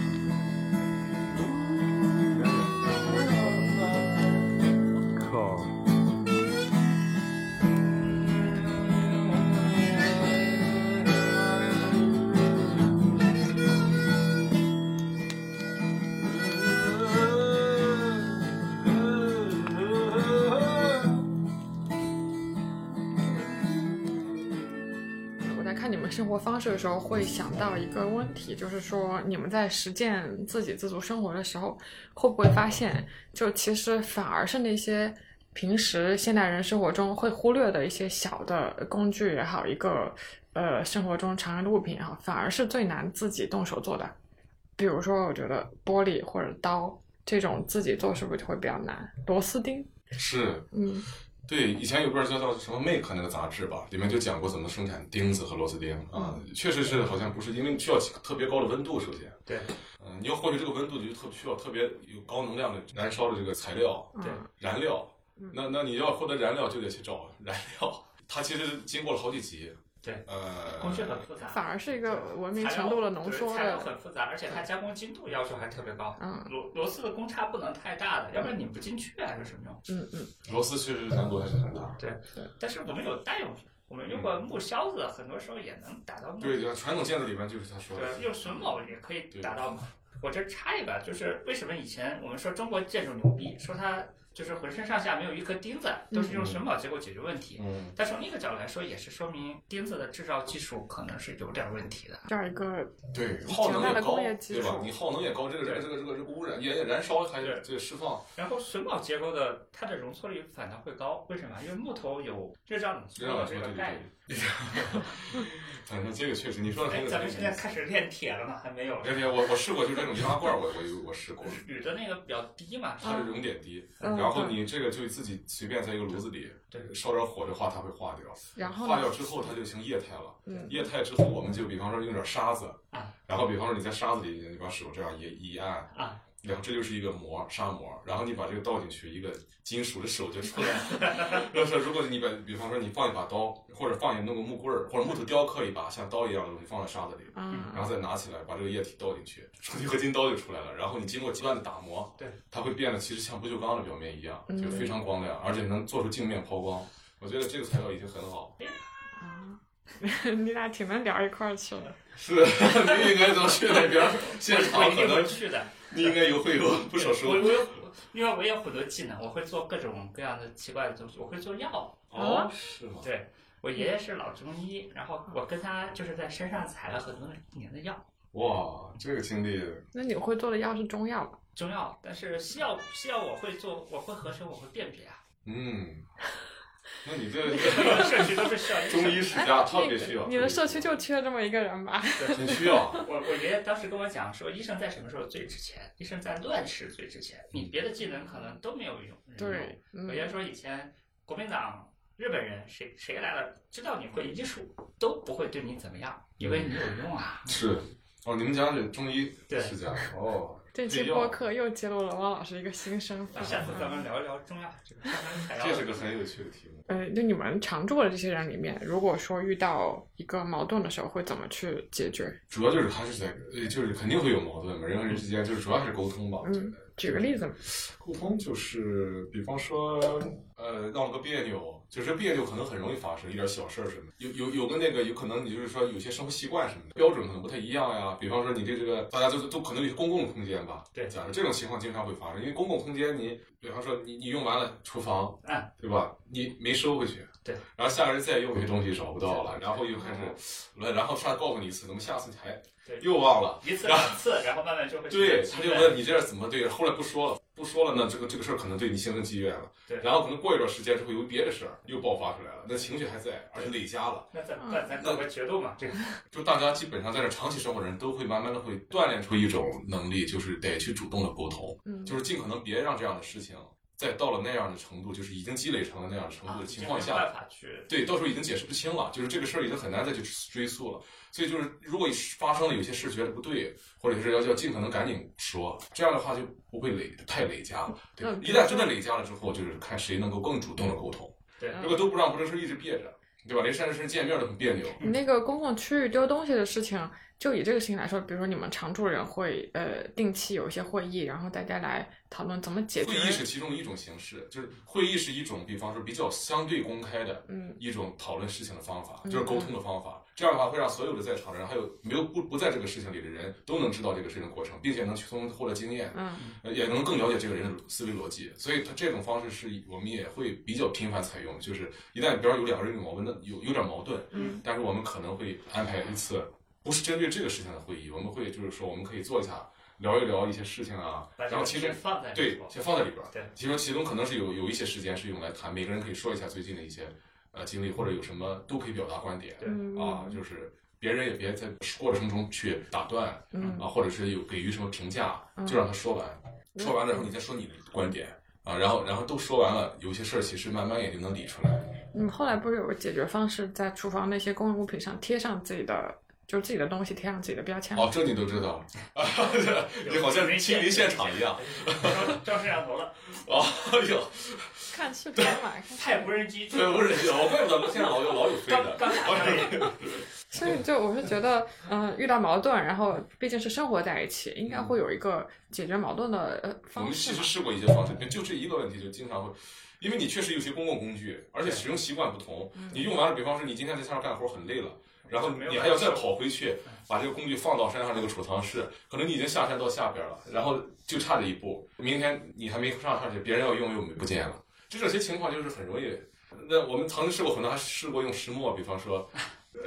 D: 靠！
A: 嗯我在看你们生活方式的时候，会想到一个问题，就是说你们在实践自给自足生活的时候，会不会发现，就其实反而是那些平时现代人生活中会忽略的一些小的工具也好，一个呃生活中常用的物品也好，反而是最难自己动手做的。比如说，我觉得玻璃或者刀这种自己做是不是就会比较难？螺丝钉，
B: 是
A: 嗯
B: 对，以前有本儿叫做什么《Make》那个杂志吧，里面就讲过怎么生产钉子和螺丝钉啊，确实是好像不是因为需要特别高的温度，首先，
C: 对
B: 嗯、你要获取这个温度，你就特需要特别有高能量的燃烧的这个材料，
C: 对
A: 嗯
B: 燃料
A: 嗯，
B: 那那你要获得燃料就得去找燃料，它其实经过了好几级。
C: 对，
B: 呃，
C: 工序很复杂，
A: 嗯反而是一个文明
C: 材料
A: 程度的浓缩
C: 对材料
A: 的，
C: 很复杂，而且它加工精度要求还特别高。
A: 嗯
C: 螺螺丝的公差不能太大的，要不然拧不进去啊，有什么用？
A: 嗯嗯
B: 螺丝确实难度还是很大。
C: 但是我们有代用品，我们用过木销子，很多时候也能达到目的。
B: 嗯对，对，传统建筑里面就是他说的
C: 对，，用榫卯也可以达到。我这插一个，就是为什么以前我们说中国建筑牛逼，说它就是浑身上下没有一颗钉子，都是用榫卯结构解决问题。
B: 嗯，
C: 但从另一个角度来说，也是说明钉子的制造技术可能是有点问题的。
A: 这样一个
B: 对，耗
A: 强
B: 能
A: 大
B: 也
A: 的
B: 高，
A: 工业基础
B: 对吧？你耗能也高，这个这个这个这个这个污染也也燃烧还有
C: 对
B: 这个释放
C: 然后榫卯结构的它的容错率反倒会高，为什么？因为木头有热胀冷
B: 这
C: 缩
B: 样
C: 的
B: 说
C: 这
B: 对
C: 个
B: 对
C: 概
B: 对
C: 念。。
B: 反正这个确实，你说的很
C: 哎，
B: 有
C: 咱
B: 道
C: 们
B: 理。
C: 现在开始练铁了吗？还没有。
B: 别别，我我试过，就这种易拉罐，我我我试过，
C: 铝的那个比较低嘛，
B: 它的熔点低，
A: 嗯
B: 然后你这个就自己随便在一个炉子里
C: 对
B: 烧点火的话，它会化掉。
A: 然后
B: 化
A: 呢
B: 掉？之后，它就成液态了。
A: 嗯
B: 液态之后，我们就比方说用点沙子
C: 啊，
B: 然后比方说你在沙子里，你把手这样一一按
C: 啊，
B: 然后这就是一个膜砂膜，然后你把这个倒进去，一个金属的手就出来了。 要是如果你把，比方说你放一把刀，或者放一弄个木棍儿，或者木头雕刻一把像刀一样的东西放在沙子里，
A: 嗯，
B: 然后再拿起来把这个液体倒进去， 双极合金刀就出来了。然后你经过不断的打磨，
C: 对，
B: 它会变得其实像不锈钢的表面一样，
A: 嗯
B: 就非常光亮，而且能做出镜面抛光。我觉得这个材料已经很 好。
A: 啊，你俩挺能聊一块儿去的。
B: 是，你应该都去那边儿现
C: 我
B: 场，
C: 一
B: 可
C: 定会
B: 能
C: 去的。
B: 你应该有会有不少
C: 对
B: 收
C: 我
B: 获。
C: 我有，因为我有很多技能，我会做各种各样的奇怪的东西，我会做药。
B: 哦，是吗？
C: 对我爷爷是老中医，然后我跟他就是在身上采了很多年的药，
B: 哇，这个经历，
A: 那你会做的药是中药吧？
C: 中药。但是西药西药我会做，我会合成，我会辨别 啊。
B: 嗯，那你这
C: 社区都是需要医生
B: 中
C: 的
B: 医世
A: 哎
B: 家
A: 那
B: 特别需要，嗯
A: 你的社区就缺这么一个人吧？
B: 很需要。
C: 我我爷爷当时跟我讲说，医生在什么时候最值钱？医生在乱世最值钱，你别的技能可能都没有用。
A: 对，
C: 嗯，
A: 嗯
C: 我爷爷说以前国民党、日本人谁谁来了，知道你会医术，都不会对你怎么样，因为你有用啊。
B: 是，哦，你们家是中医
C: 对
B: 世家，哦，
A: 这期播客又揭露了汪老师一个新身
C: 那
A: 份。
C: 下次咱们聊一聊中药，这个刚才采药
B: 这是个很有趣的题目。
A: 呃，就你们常住的这些人里面，如果说遇到一个矛盾的时候，会怎么去解决？
B: 主要就是还是在，呃就是肯定会有矛盾嘛，人和人之间就是主要还是沟通吧。我觉得
A: 嗯，举个例子嘛，
B: 沟通就是，比方说，呃，闹了个别扭，就是别扭可能很容易发生，一点小事儿什么的。有有有个那个，有可能你就是说有些生活习惯什么的标准可能不太一样呀。比方说你对这个，大家都都可能有些公共空间吧。
C: 对
B: 假如这种情况经常会发生，因为公共空间你，比方说你你用完了厨房，
C: 嗯，
B: 对吧？你没收回去，
C: 对，
B: 然后下个人再用，这东西找不到了，然后又开始乱，然后上来告诉你一次，怎么下次还
C: 对
B: 又忘了？
C: 一次两次，然后慢慢就会
B: 对，他就问你这是怎么对，后来不说了，不说了呢，这个这个事儿可能对你心生积怨了。
C: 对
B: 然后可能过一段时间之后，有别的事儿又爆发出来了，那情绪还在，而且累加了。
C: 那咱咱
B: 嗯
C: 咱搞个决斗嘛，这个
B: 就大家基本上在这长期生活的人都会慢慢的会锻炼出一种能力，就是得去主动的沟通，
A: 嗯，
B: 就是尽可能别让这样的事情再到了那样的程度，就是已经积累成了那样的程度的情况下，
C: 啊已经没有办法去
B: 对，到时候已经解释不清了，就是这个事儿已经很难再去追溯了。所以就是，如果发生了有些事觉得不对，或者是要要尽可能赶紧说，这样的话就不会累太累加了。对，
A: 嗯
B: 一旦真的累加了之后，就是看谁能够更主动的沟通。
C: 对
A: 嗯
B: 如果都不让或者是一直憋着，对吧？连甚至是见面都很别扭。
A: 你那个公共区域丢东西的事情，就以这个事情来说，比如说你们常住人会呃定期有一些会议，然后大家来讨论怎么解
B: 会议是
A: 决。
B: 其中的一种形式，就是会议是一种，比方说比较相对公开的，
A: 嗯，
B: 一种讨论事情的方法，
A: 嗯
B: 就是沟通的方法。这样的话，会让所有的在场的人，还有没有不不在这个事情里的人，都能知道这个事情的过程，并且能从中获得经验，
A: 嗯
B: 呃也能更了解这个人的思维逻辑。所以，他这种方式是我们也会比较频繁采用。就是一旦比方有两个人有矛盾，有有点矛盾，
A: 嗯，
B: 但是我们可能会安排一次不是针对这个事情的会议，我们会就是说我们可以坐一下聊一聊一些事情啊，
C: 把这
B: 然后
C: 个
B: 其中
C: 钱放在
B: 对
C: 里，头
B: 先放在里边儿。
C: 对
B: 其中其中可能是有有一些时间是用来谈，每个人可以说一下最近的一些呃经历，或者有什么都可以表达观点
C: 对
A: 嗯
B: 啊，就是别人也别在过程中去打断
A: 嗯
B: 啊，或者是有给予什么评价，
A: 嗯
B: 就让他说完，说完了以后你再说你的观点啊，然后然后都说完了，有些事儿其实慢慢也就能理出来。
A: 你们嗯后来不是有个解决方式，在厨房那些公用物品上贴上自己的，就是自己的东西贴上自己的标签吗？
B: 哦，这你都知道，你好像亲临现场一样。
C: 照照摄像头了，
B: 哦，哎呦，
A: 看视频嘛， 看视频
C: 派无人机去
B: 对，不是，我怪不得现在老有老有飞
C: 刚
B: 的。
C: 刚打上来，
A: 所以就我是觉得，嗯、遇到矛盾，然后毕竟是生活在一起，应该会有一个解决矛盾的呃
B: 我
A: 方
B: 们
A: 式
B: 其
A: 嘛嗯
B: 实。试过一些方式，就这一个问题，就经常会，因为你确实有些公共工具，而且使用习惯不同，
A: 嗯
B: 你用完了，比方说你今天在山上干活很累了。然后你还要再跑回去，
A: 嗯
B: 把这个工具放到山上那个储藏室，可能你已经下山到下边了，然后就差这一步，明天你还没上上去，别人要用又不见了。就这些情况就是很容易。那我们曾经试过，可能还试过用石墨，比方说，呃，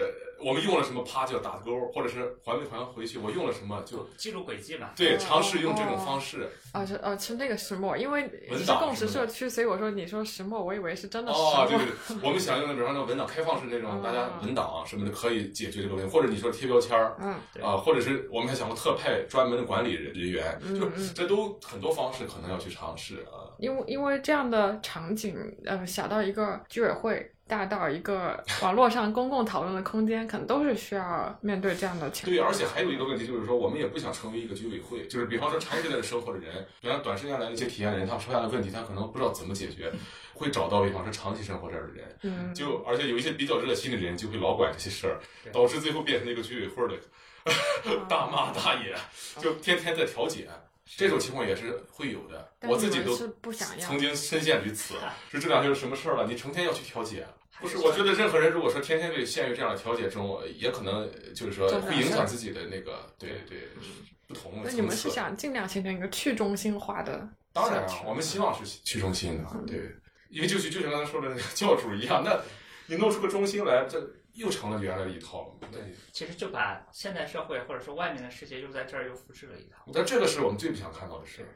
B: 我们用了什么，啪就要打勾，或者是还没还回去，我用了什么就
C: 记录轨迹嘛。
B: 对，尝试用这种方式。
A: 啊是哦，是那个石墨，因为
B: 文
A: 是
B: 档
A: 共识
B: 是吗
A: 社区，所以我说你说石墨，我以为是真的石
B: 哦，对
A: 墨。
B: 对对，我们想用的，比方说文档开放式那种，
A: 嗯
B: 大家文档啊什么的可以解决这个问题，或者你说贴标签儿
A: 嗯
C: 对
B: 啊，或者是我们还想过特派专门的管理人人员，
A: 嗯
B: 就
A: 嗯
B: 这都很多方式可能要去尝试啊。
A: 因为因为这样的场景，呃，想到一个居委会大到一 个网络上公共讨论的空间，可能都是需要面对这样的情
B: 对，
A: 况。
B: 而且还有一个问题就是说，我们也不想成为一个居委会，就是比方说长时间在这生活的人，本来短时间来的一些体验的人，他们出现了问题，他可能不知道怎么解决，会找到比方说长期生活这儿的人，
A: 嗯，
B: 就而且有一些比较热心的人就会老管这些事儿，
C: 对
B: 导致最后变成一个居委会的
A: 嗯
B: 大妈大爷，就天天在调解，这种情况也是会有的，
A: 但
B: 我自己
A: 你们
B: 都
A: 是不想要
B: 曾经深陷于此，就这两天有什么事儿了，你成天要去调解。啊不是，
C: 还
B: 我觉得任何人如果说天天被陷于这样的调解中，也可能就是说
A: 做不了
B: 会影
A: 事儿
B: 响自己的那个，对对，不同
A: 嗯那
B: 的
A: 你
B: 层
A: 们是
B: 次。
A: 想尽量形成一个去中心化的？
B: 当然
A: 社
B: 啊
A: 区，
B: 我们希望是去中心的，
A: 嗯
B: 对，因为就就就像刚才说的那个教主一样，那你弄出个中心来，这又成了原来的一套了。对，
C: 其实就把现代社会或者说外面的世界又在这儿又复制了一套。
B: 但这个是我们最不想看到的事儿。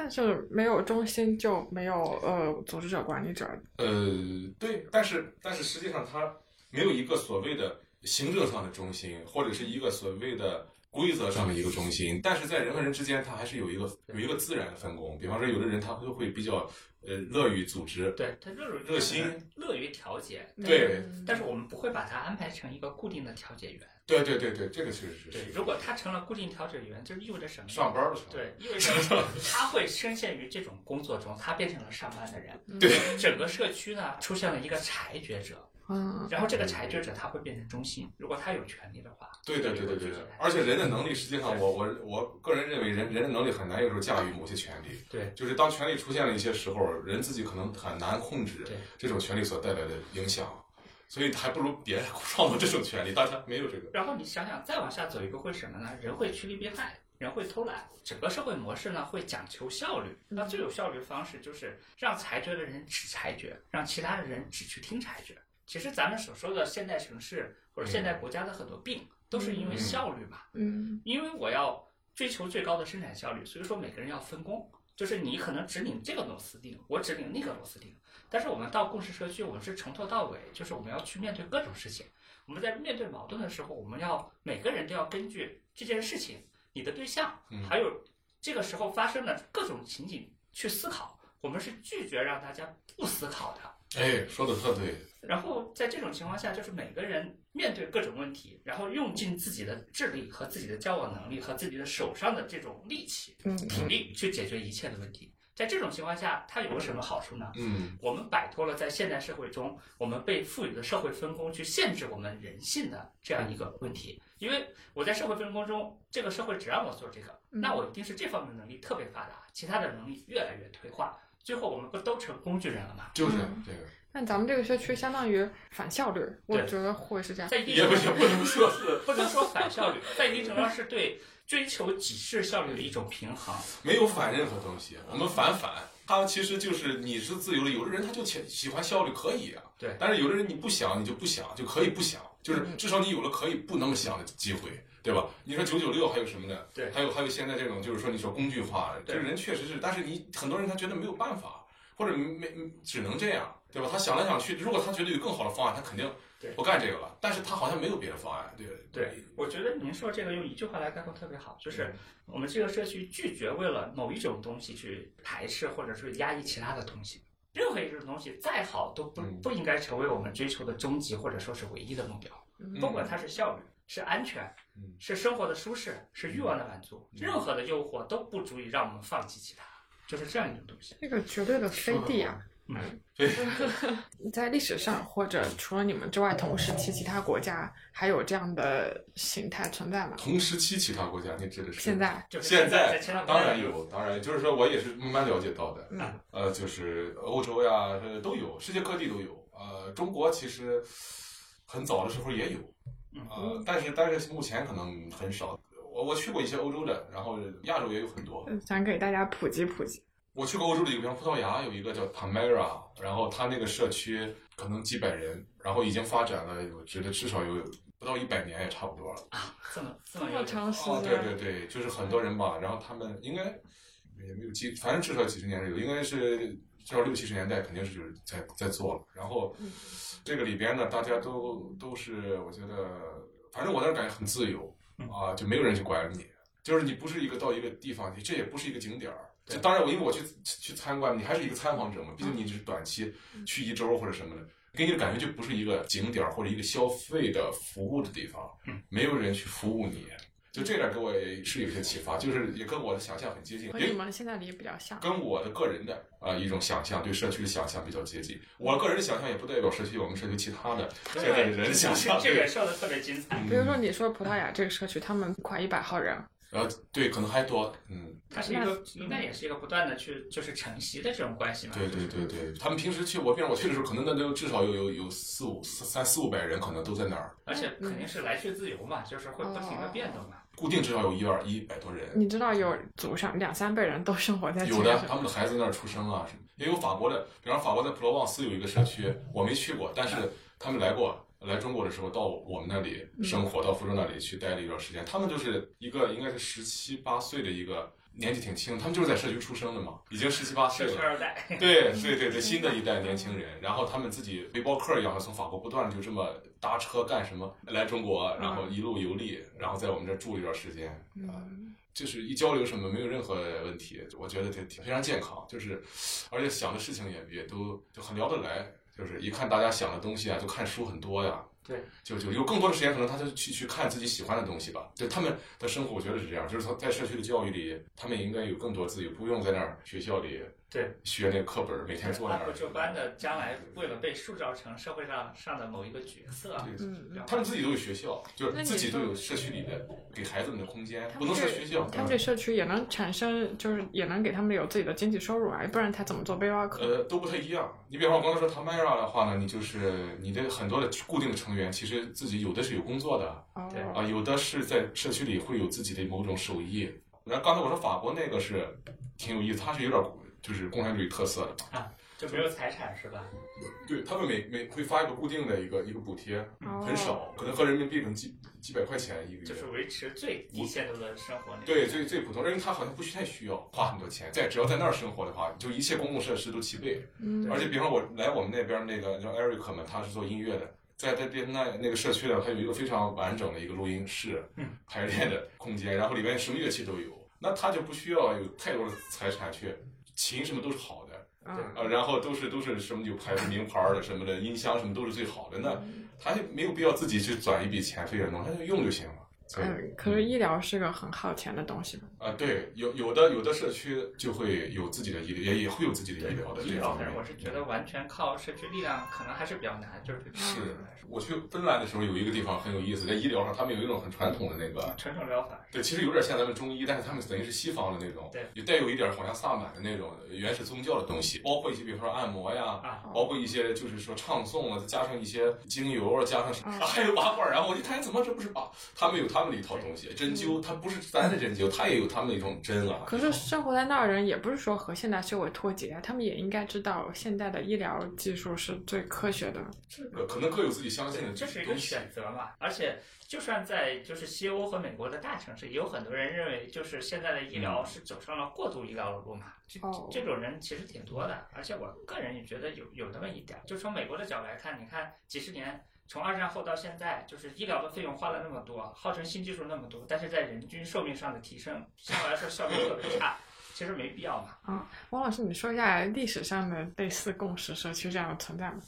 A: 但是没有中心就没有呃组织者、管理者。
B: 呃，对，但是但是实际上它没有一个所谓的行政上的中心，或者是一个所谓的规则上的一个中心，但是在人和人之间，它还是有一个有一个自然的分工。比方说，有的人他就会比较呃乐于组织，
C: 对，他热于
B: 热心，
C: 乐于调解，
B: 对
A: 嗯
C: 但是我们不会把他安排成一个固定的调解员。
B: 对对对对，这个确实
C: 对，
B: 是
C: 如果他成了固定调解员，就意味着什么呢？
B: 上班的时候，
C: 对，意味着他会深陷于这种工作中，他变成了上班的人。
A: 对，
C: 整个社区呢出现了一个裁决者，
A: 嗯，
C: 然后这个裁决者他会变成中心，如果他有权利的话。
B: 对对对对对对，而且人的能力，实际上我我我个人认为人人的能力很难有时候驾驭某些权利。
C: 对
B: 就是当权力出现了一些时候，人自己可能很难控制
C: 对
B: 这种权力所带来的影响，所以还不如别人创造这种权利，大家没有这个。
C: 然后你想想，再往下走一个会什么呢？人会趋利避害，人会偷懒，整个社会模式呢会讲求效率。那最有效率的方式就是让裁决的人只裁决，让其他的人只去听裁决。其实咱们所说的现代城市或者现代国家的很多病，都是因为
B: 嗯
C: 效率嘛。
A: 嗯
C: 因为我要追求最高的生产效率，所以说每个人要分工，就是你可能只领这个螺丝钉，我只领那个螺丝钉。但是我们到共识社区，我们是从头到尾，就是我们要去面对各种事情。我们在面对矛盾的时候，我们要每个人都要根据这件事情、你的对象
B: 嗯，
C: 还有这个时候发生的各种情景去思考。我们是拒绝让大家不思考的。
B: 哎，说的特对，
C: 然后在这种情况下，就是每个人面对各种问题，然后用尽自己的智力和自己的交往能力和自己的手上的这种力气、
A: 嗯
C: 体力去解决一切的问题。在这种情况下，它有个什么好处呢？
B: 嗯，
C: 我们摆脱了在现代社会中我们被赋予的社会分工去限制我们人性的这样一个问题。因为我在社会分工中，这个社会只让我做这个，
A: 嗯
C: 那我一定是这方面能力特别发达，其他的能力越来越退化，最后我们不都成工具人了吗？
B: 就是
A: 嗯
B: 这个，
A: 但咱们这个社区相当于反效率，我
C: 对
A: 觉得会是这样。
C: 在一定
B: 也
C: 程
B: 不
C: 度
B: 也不
C: 上
B: 能说是
C: 不能说反效 率，在一定程度上是对追求极致效率的一种平衡。
B: 没有反任何东西，我们反反，它其实就是你是自由的，有的人他就喜喜欢效率，可以啊，
C: 对嗯
B: 但是有的人你不想，你就不想，就可以不想，就是至少你有了可以不那么想的机会，对吧？你说九九六还有什么呢？
C: 对
B: 还有还有现在这种就是说你说工具化，这
C: 对
B: 人确实是，但是你很多人他觉得没有办法，或者没没只能这样，对吧？他想来想去，如果他觉得有更好的方案，他肯定
C: 对
B: 不干这个了，但是他好像没有别的方案，对
C: 对，我觉得您说这个用一句话来概括特别好，就是我们这个社区拒绝为了某一种东西去排斥或者是压抑其他的东西。任何一种东西再好，都不
B: 嗯
C: 不应该成为我们追求的终极或者说是唯一的目标。
A: 嗯
C: 不管它是效率、是安全
B: 嗯、
C: 是生活的舒适、是欲望的满足，
B: 嗯
C: 任何的诱惑都不足以让我们放弃其他，就是这样一种东西。
A: 这个绝对的飞地啊！
C: 嗯，
B: 哎对，
A: 在历史上或者除了你们之外，同时期其他国家还有这样的形态存在吗？
B: 同时期其他国家，你指的是
A: 现在，
C: 就是
B: 现在
C: 在前两
B: 当然有，当然有就是说我也是慢慢了解到的，
A: 嗯
B: 呃，就是欧洲呀呃都有，世界各地都有，呃，中国其实很早的时候也有，
C: 嗯
B: 呃，但是但是目前可能很少。我我去过一些欧洲的，然后亚洲也有很多。
A: 想给大家普及普及。
B: 我去过欧洲的一个地方，葡萄牙有一个叫 Tamera，然后它那个社区可能几百人，然后已经发展了，我觉得至少有不到一百年也差不多了。
C: 这么这
A: 这
C: 么
A: 么
C: 有
A: 长时
B: 哦，对
A: 间，
B: 对对，就是很多人吧，然后他们应该也没有几，反正至少几十年是有，应该是至少六七十年代肯定是就是在在做了。然后这个里边呢，大家都都是我觉得，反正我那儿感觉很自由
C: 嗯
B: 啊，就没有人去管你，就是你不是一个到一个地方去，这也不是一个景点儿。
C: 对
A: 嗯
B: 就当然我因为我去去参观，你还是一个参访者嘛，毕竟你只是短期去一周或者什么的。给你的感觉就不是一个景点儿或者一个消费的服务的地方，
A: 嗯
B: 没有人去服务你。就这点给我也是有些启发，就是也跟我的想象很接近，
A: 和
B: 也
A: 你们现在离比较像。
B: 跟我的个人的啊、呃一种想象，对社区的想象比较接近。我个人的想象也不代表社区我们社区其他的现在的人的想象。
C: 这个
B: 对，
C: 说的特别精彩。
A: 比如
B: 嗯，
A: 说，你说葡萄牙这个社区，他们快一百号人，
B: 然后呃对，可能还多，嗯，
C: 它是一个，应该也是一个不断的去就是承袭的这种关系嘛。
B: 对对对对，他们平时去我，比如我去的时候，可能那都至少有有有四五四三四五百人，可能都在那儿，
C: 而且肯定是来去自由嘛，就是会不停的变动嘛。
B: 固定至少有一二一百多人。
A: 你知道有祖上两三辈人都生活在这
B: 有
A: 个
B: 的，
A: 上
B: 他们的孩子在那儿出生啊，什么也有法国的，比方法国在普罗旺斯有一个社区，我没去过，但是他们来过，来中国的时候到我们那里生活，到福州那里去待了一段时间。他们就是一个应该是十七八岁的一个年纪挺轻，他们就是在社区出生的嘛，已经十七八岁
C: 社区
B: 了。
C: 二代，
B: 对对对对，新的一代年轻人，然后他们自己背包客一样，从法国不断地就这么搭车干什么来中国，然后一路游历，然后在我们这儿住了一段时间啊、
A: 嗯
B: 就是一交流什么没有任何问题，我觉得挺挺非常健康，就是而且想的事情也也都就很聊得来，就是一看大家想的东西啊，就看书很多呀，
C: 对，
B: 就就有更多的时间，可能他就去去看自己喜欢的东西吧。就他们的生活，我觉得是这样，就是他在社区的教育里，他们应该有更多自由，不用在那儿学校里
C: 对
B: 学那个课本儿，每天坐那
C: 按部
B: 儿。
C: 就班的，将来为了被塑造成社会上上的某一个角色，
B: 对
A: 嗯，
C: 然后
B: 他们自己都有学校，就
A: 那
B: 是
A: 你
B: 自己都
A: 说
B: 有社区里的给孩子们的空间，
A: 他
B: 不
A: 们
B: 能说
A: 这
B: 学校。嗯
A: 他们这社区也能产生，就是也能给他们有自己的经济收入啊，不然他怎么做背包客？
B: 呃，都不太一样。你比方我刚才说 Tamara 的话呢，你就是你的很多的固定的成员，其实自己有的是有工作的，
C: 对
B: 啊，
A: 哦，
B: 有的是在社区里会有自己的某种手艺。然后刚才我说法国那个是挺有意思，它是有点就是共产主义特色的。
C: 就没有财产是吧？
B: 对他们每每会发一个固定的一个一个补贴，
A: 哦
B: 很少，可能合人民币可能几几百块钱一个月。
C: 就是维持最低限度的生活。
B: 对，最最普通，因为他好像不需太需要花很多钱，在只要在那儿生活的话，就一切公共设施都齐备。
A: 嗯，
B: 而且，比方我来我们那边那个叫 Eric 嘛，他是做音乐的，在在边那那个社区呢，他有一个非常完整的一个录音室
C: 嗯、
B: 排练的空间，然后里面什么乐器都有，那他就不需要有太多的财产去，琴什么都是好的，
A: 嗯
B: 呃，然后都是都是什么有牌子、名牌儿的什么的，音箱什么都是最好的，那他就没有必要自己去攒一笔钱非得弄，他就用就行了。所以
A: 嗯，可是医疗是个很耗钱的东西吧？
B: 啊，对，有有的有的社区就会有自己的医疗，也也会有自己的医疗的
C: 医
B: 这
C: 疗
B: 方
C: 反
B: 面
C: 正。我是觉得完全靠社区力量可能还是比较难，就是对
A: 是
C: 病人来说
B: 我去芬兰的时候有一个地方很有意思，在医疗上他们有一种很传统的那个，
C: 传统啊疗法。
B: 对，其实有点像咱们中医，但是他们等于是西方的那种
C: 对，
B: 也带有一点好像萨满的那种原始宗教的东西，包括一些比如说按摩呀。
C: 啊，
B: 包括一些就是说唱诵啊，再加上一些精油啊，加上
C: 哦
B: 什么，
A: 啊
B: 还有八卦，然后我一看，怎么这不是八？他们有他们的一套东西，针
C: 嗯
B: 灸，它不是咱的针灸，它也有他们的一种针啊。
A: 可是生活在那儿的人也不是说和现代社会脱节啊，他们也应该知道现代的医疗技术是最科学的。
B: 这个可能各有自己相信的
C: 对，这是一个
B: 东西
C: 选择嘛。而且，就算在就是西欧和美国的大城市，也有很多人认为，就是现在的医
B: 嗯
C: 疗是走上了过度医疗的路嘛。这
A: 哦
C: 这种人其实挺多的。而且我个人也觉得有有那么一点儿，就从美国的角度来看，你看几十年。从二战后到现在，就是医疗的费用花了那么多，号称新技术那么多，但是在人均寿命上的提升，相对来说效率特别差，其实没必要嘛。
A: 王老师，你说一下历史上的类似共识社区这样的存在吗？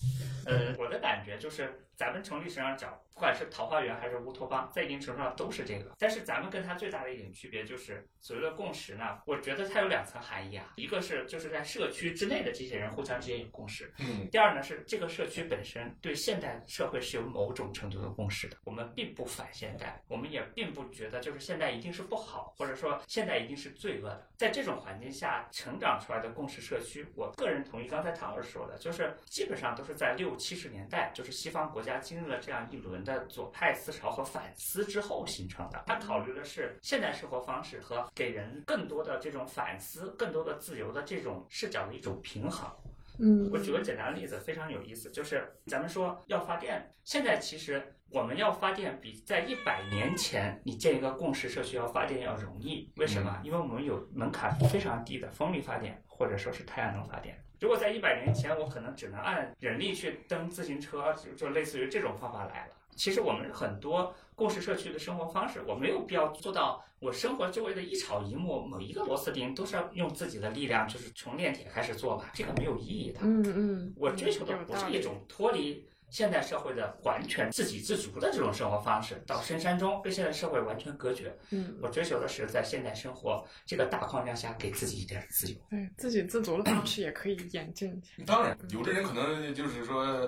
C: 呃，我的感觉就是，咱们从历史上讲，不管是桃花源还是乌托邦，在一定程度上都是这个。但是咱们跟它最大的一点区别就是，所谓的共识呢，我觉得它有两层含义啊，一个是就是在社区之内的这些人互相之间有共识，
B: 嗯，
C: 第二呢是这个社区本身对现代社会是有某种程度的共识的，我们并不反现代，我们也并不觉得就是现代一定是不好，或者说现代一定是罪恶的。在这种环境下成长出来的共识社区，我个人同意刚才唐老师说的，就是基本上都是在六七十年代，就是西方国家经历了这样一轮的左派思潮和反思之后形成的。它考虑的是现代生活方式和给人更多的这种反思、更多的自由的这种视角的一种平衡。
A: 嗯
C: 我举个简单的例子，非常有意思，就是咱们说要发电，现在其实我们要发电比在一百年前你建一个共识社区要发电要容易，为什么？因为我们有门槛非常低的风力发电或者说是太阳能发电。如果在一百年前，我可能只能按人力去蹬自行车，就就类似于这种方法来了。其实我们很多共识社区的生活方式，我没有必要做到我生活周围的一草一木、某一个螺丝钉都是要用自己的力量，就是从炼铁开始做吧，这个没有意义的。
A: 嗯嗯，
C: 我追求的
A: 有
C: 不
A: 道
C: 是
A: 理
C: 一种脱离现代社会的完全自给自足的这种生活方式，到深山中跟现代社会完全隔绝。
A: 嗯，
C: 我追求的是在现代生活这个大框架下给自己一点自由。
A: 对自给自足的方式也可以演
C: 嗯
A: 进。
B: 当然，有的人可能就是说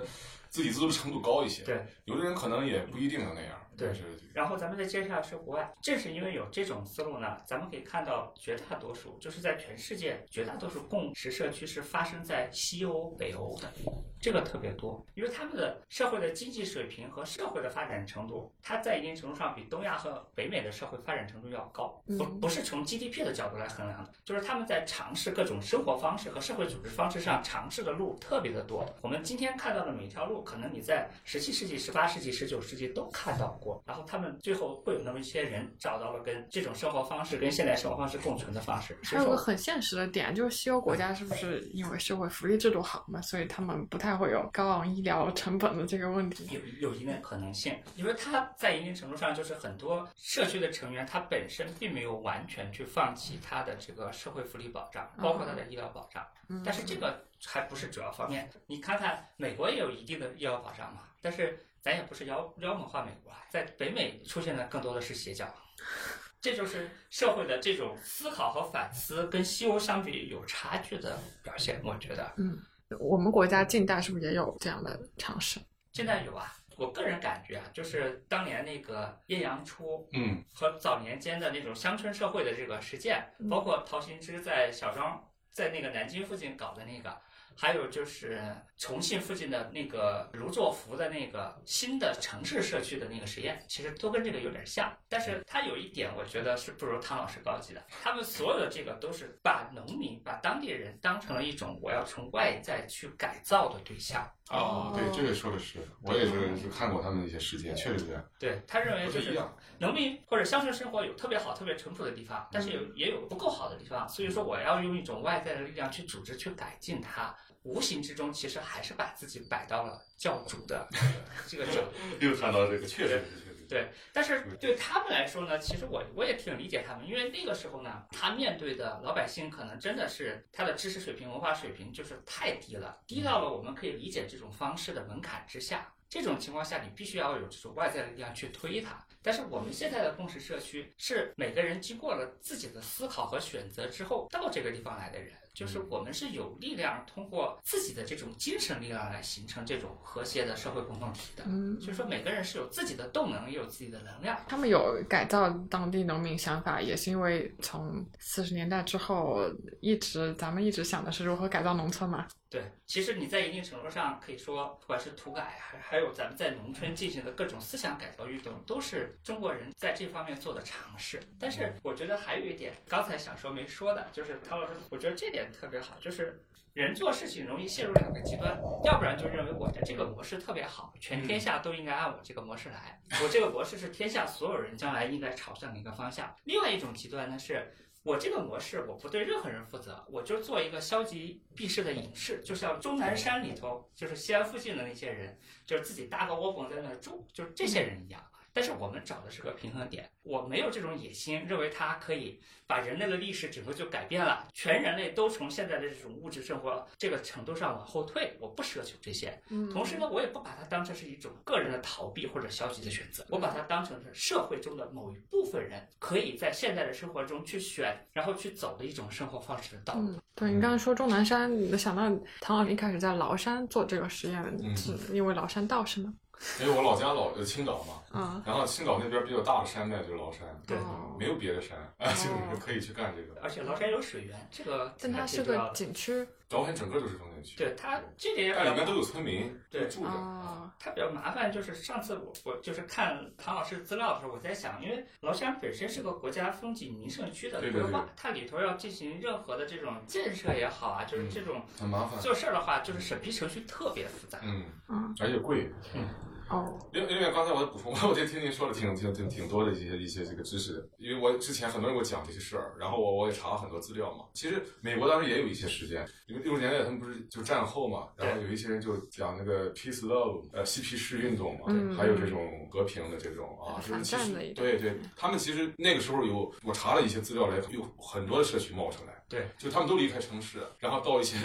B: 自己自足的程度高一些，
C: 对，
B: 有的人可能也不一定能那样，
C: 对
B: 就是
C: 然后咱们再接下来说国外，正是因为有这种思路呢，咱们可以看到绝大多数，就是在全世界绝大多数共识社区是发生在西欧、北欧的，这个特别多，因为他们的社会的经济水平和社会的发展程度，它在一定程度上比东亚和北美的社会发展程度要高，不
A: 嗯
C: 不是从 GDP 的角度来衡量的，就是他们在尝试各种生活方式和社会组织方式上尝试的路特别的多。我们今天看到的每条路，可能你在十七世纪、十八世纪、十九世纪都看到过。然后他们最后会有那么一些人找到了跟这种生活方式、跟现代生活方式共存的方式。
A: 还
C: 所以
A: 有个
C: 说，
A: 很现实的点，就是西欧国家是不是因为社会福利制度好嘛，所以他们不太会有高昂医疗成本的这个问题。
C: 有有一定的可能性，因为
A: 嗯
C: 他在一定程度上就是很多社区的成员，他本身并没有完全去放弃他的这个社会福利保障，包括他的医疗保障。
A: 嗯嗯
C: 但是这个还不是主要方面。你看看美国也有一定的医疗保障嘛，但是咱也不是妖妖魔化美国啊，在北美出现的更多的是邪教。这就是社会的这种思考和反思跟西欧相比有差距的表现，我觉得
A: 我们国家近代是不是也有这样的尝试？
C: 现在有啊。我个人感觉啊，就是当年那个晏阳初，
B: 嗯，
C: 和早年间的那种乡村社会的这个实践
A: 嗯，
C: 包括陶行知在小庄，在那个南京附近搞的那个，还有就是重庆附近的那个卢作孚的那个新的城市社区的那个实验，其实都跟这个有点像，但是它有一点我觉得是不如汤老师高级的，他们所有的这个都是把农民、把当地人当成了一种我要从外在去改造的对象，
B: 哦，对，这个说的是，我也是就看过他们的一些事件，确实这样，
C: 对他认为
B: 不
C: 哎就
B: 太一
C: 是
B: 样，
C: 农民或者乡村生活有特别好、特别淳朴的地方，但是有也有不够好的地方，所以说我要用一种外在的力量去组织、去改进它。无形之中，其实还是把自己摆到了教主的这个角度。
B: 又看到这个，确实是，确实是，
C: 对，但是对他们来说呢，其实我我也挺理解他们，因为那个时候呢，他面对的老百姓可能真的是他的知识水平、文化水平就是太低了，低到了我们可以理解这种方式的门槛之下。这种情况下，你必须要有这种外在的力量去推它。但是我们现在的共识社区是每个人经过了自己的思考和选择之后到这个地方来的人，就是我们是有力量通过自己的这种精神力量来形成这种和谐的社会共同体的。
A: 嗯，
C: 就是说每个人是有自己的动能，也有自己的能量。
A: 他们有改造当地农民想法，也是因为从四十年代之后，一直咱们一直想的是如何改造农村嘛。
C: 对，其实你在一定程度上可以说，不管是土改啊，还还有咱们在农村进行的各种思想改造运动，都是中国人在这方面做的尝试。但是我觉得还有一点，刚才想说没说的，就是陶老师，我觉得这点特别好，就是人做事情容易陷入两个极端，要不然就认为我的这个模式特别好，全天下都应该按我这个模式来，我这个模式是天下所有人将来应该朝向的一个方向。另外一种极端呢是。我这个模式，我不对任何人负责，我就做一个消极避世的隐士，就像终南山里头，就是西安附近的那些人，就是自己搭个窝棚在那儿住，就是这些人一样。啊但是我们找的是个平衡点，我没有这种野心，认为它可以把人类的历史整个就改变了，全人类都从现在的这种物质生活这个程度上往后退，我不奢求这些。
A: 嗯
C: 同时呢，我也不把它当成是一种个人的逃避或者消极的选择，我把它当成是社会中的某一部分人可以在现在的生活中去选，然后去走的一种生活方式的道路。
A: 嗯，对你刚才说终南山，你想到唐老师一开始在崂山做这个实
B: 嗯
A: 验，是因为崂山道士吗？
B: 因为我老家老呃青岛嘛，
C: 嗯
A: 啊，
B: 然后青岛那边比较大的山脉就是崂山，
C: 对
A: 哦
B: 没有别的山，啊，就是可以去干这个。
C: 而且崂山有水源，这个
A: 但它
C: 还
A: 是
C: 挺重要
A: 个
C: 的
A: 景区
B: 崂山整个都是风景区，
C: 对它这点也比
B: 但
C: 较
B: 里面都有村民
C: 对
B: 住着，
A: 啊，
C: 它比较麻烦，就是上次我我就是看唐老师资料的时候，我在想，因为崂山本身是个国家风景名胜区的
B: 对
C: 规
B: 对对
C: 划，它里头要进行任何的这种建设也好啊，
B: 嗯
C: 就是这种
B: 很麻烦，
C: 做事儿的话，就是审批程序特别复杂。
B: 嗯
A: 嗯，
B: 而且贵，
A: 啊哦，
B: 因为因为刚才我补充， 我就听您说了挺挺挺挺多的一些一些这个知识，因为我之前很多人给我讲这些事儿，然后我我也查了很多资料嘛。其实美国当时也有一些时间，因为六十年代他们不是就战后嘛，
C: 对
B: 然后有一些人就讲那个 peace love，呃嬉皮士运动嘛，
A: 嗯
B: 还有这种和平的这种啊，就是
A: 反
B: 其
A: 战
B: 实
A: 的一嗯
B: 对对，他们其实那个时候有我查了一些资料来，有很多的社区冒出来，
C: 对，
B: 就他们都离开城市，然后到一些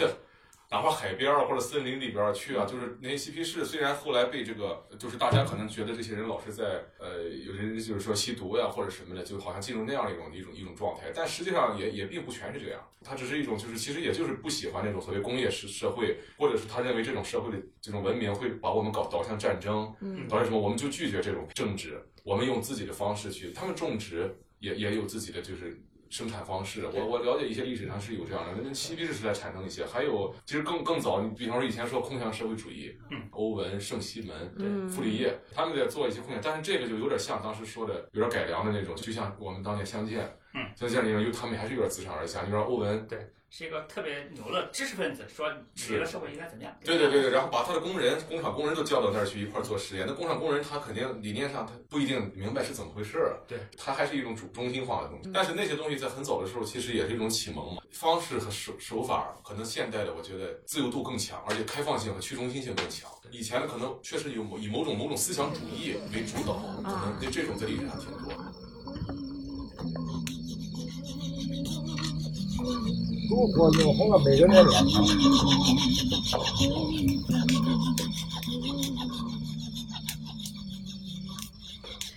B: 哪怕海边儿啊或者森林里边儿去啊，就是那些嬉皮士，虽然后来被这个，就是大家可能觉得这些人老是在呃，有人就是说吸毒呀或者什么的，就好像进入那样一种一种一种状态，但实际上也也并不全是这样，他只是一种就是其实也就是不喜欢那种所谓工业社社会，或者是他认为这种社会的这种文明会把我们搞导向战争，
A: 嗯
B: 导致什么，我们就拒绝这种政治，我们用自己的方式去，他们种植也也有自己的就是生产方式。我我了解一些历史上是有这样的，那嬉皮士时代产生一些，还有其实更更早，你比方说以前说空想社会主义，
C: 嗯
B: 欧文、圣西门。
A: 嗯，
B: 傅立叶他们在做一些空想，但是这个就有点像当时说的，有点改良的那种，就像我们当年相见，
C: 嗯，
B: 相见里面又他们还是有点自上而下，你比方说欧文，
C: 是一个特别牛的知识分子，说你这个社会应该怎么样？
B: 对对对，对，然后把他的工人、工厂工人都叫到那儿去一块儿做实验。那工厂工人他肯定理念上他不一定明白是怎么回事儿，啊
C: 对，
B: 他还是一种主中心化的东西
A: 嗯。
B: 但是那些东西在很早的时候其实也是一种启蒙嘛，方式和手手法可能现代的我觉得自由度更强，而且开放性和去中心性更强。以前可能确实有某以某种某种思想主义为主导，可能对这种在历史上挺多。
E: 如果有红了每个人的脸上，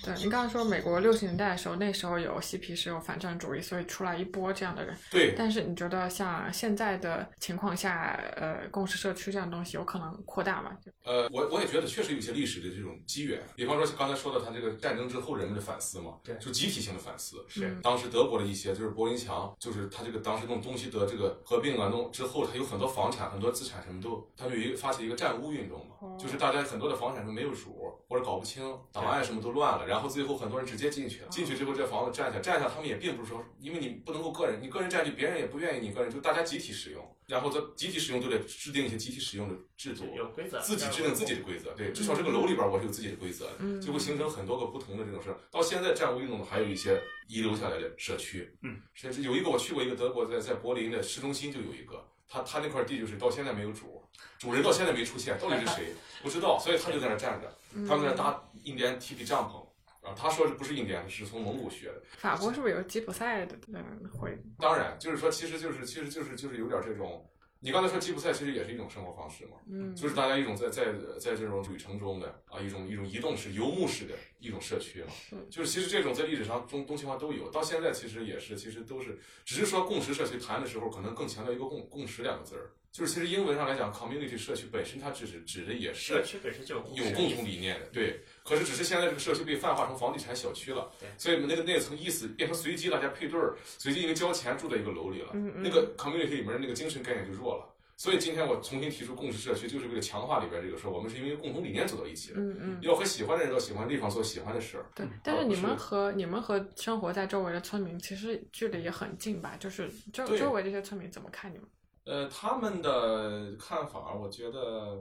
A: 对，您刚才说美国六十年代的时候，那时候有嬉皮士，有反战主义，所以出来一波这样的人。
B: 对，
A: 但是你觉得像现在的情况下，呃，共识社区这样的东西有可能扩大吗？
B: 呃，我我也觉得确实有一些历史的这种机缘，比方说刚才说的他这个战争之后人们的反思嘛，
C: 对
B: 就集体性的反思。
A: 嗯
C: 是
B: 当时德国的一些，就是柏林墙，就是他这个当时弄东西德这个合并啊，弄之后，他有很多房产、很多资产什么都，他们有一个发起一个占屋运动
A: 哦
B: 嘛，就是大家很多的房产都没有主，或者搞不清，档案什么都乱了，然后最后很多人直接进去了，进去之后这房子占下，占下他们也并不是说，因为你不能够个人，你个人占据，别人也不愿意你个人，就大家集体使用，然后在集体使用就得制定一些集体使用的制度，
C: 有规则，
B: 自己制定自己的规则，对，至少这个楼里边我是有自己的规则的，
A: 嗯
B: 就会形成很多个不同的这种事儿。到现在战后运动的还有一些遗留下来的社区，
C: 嗯，
B: 甚至有一个我去过一个德国在在柏林的市中心就有一个，他他那块地就是到现在没有主，主人到现在没出现，到底是谁不知道，所以他就在那儿站着，他们在那儿搭印第安踢皮帐篷。啊，他说这不是印第安，是从蒙古学的。
A: 法国是不是有吉普赛的嗯会？
B: 当然，就是说，其实就是，其实就是，就是有点这种。你刚才说吉普赛其实也是一种生活方式嘛，
A: 嗯，
B: 就是大家一种在在在这种旅程中的啊，一种一种移动式、游牧式的一种社区嘛。啊
A: 是
B: 就是其实这种在历史上中东西方都有，到现在其实也是，其实都是，只是说共识社区谈的时候，可能更强调一个共共识两个字儿。就是其实英文上来讲，community 社区本身它只是指的也
C: 社
B: 是
C: 区本身就
B: 有共同理念的，嗯对。可是只是现在这个社区被泛化成房地产小区了
C: 对，
B: 所以那个那层意思变成随机大家配对儿，随机因为交钱住在一个楼里了，
A: 嗯嗯
B: 那个 community 里面的那个精神概念就弱了。所以今天我重新提出共识社区，就是为了强化里边这个说，我们是因为共同理念走到一起的，
A: 嗯嗯，
B: 要和喜欢的人到喜欢的地方做喜欢的事儿。
A: 对
C: 嗯。
A: 但是你
B: 是
A: 们和你们和生活在周围的村民其实距离也很近吧？就是周
B: 对
A: 周围这些村民怎么看你们？
B: 呃，他们的看法，我觉得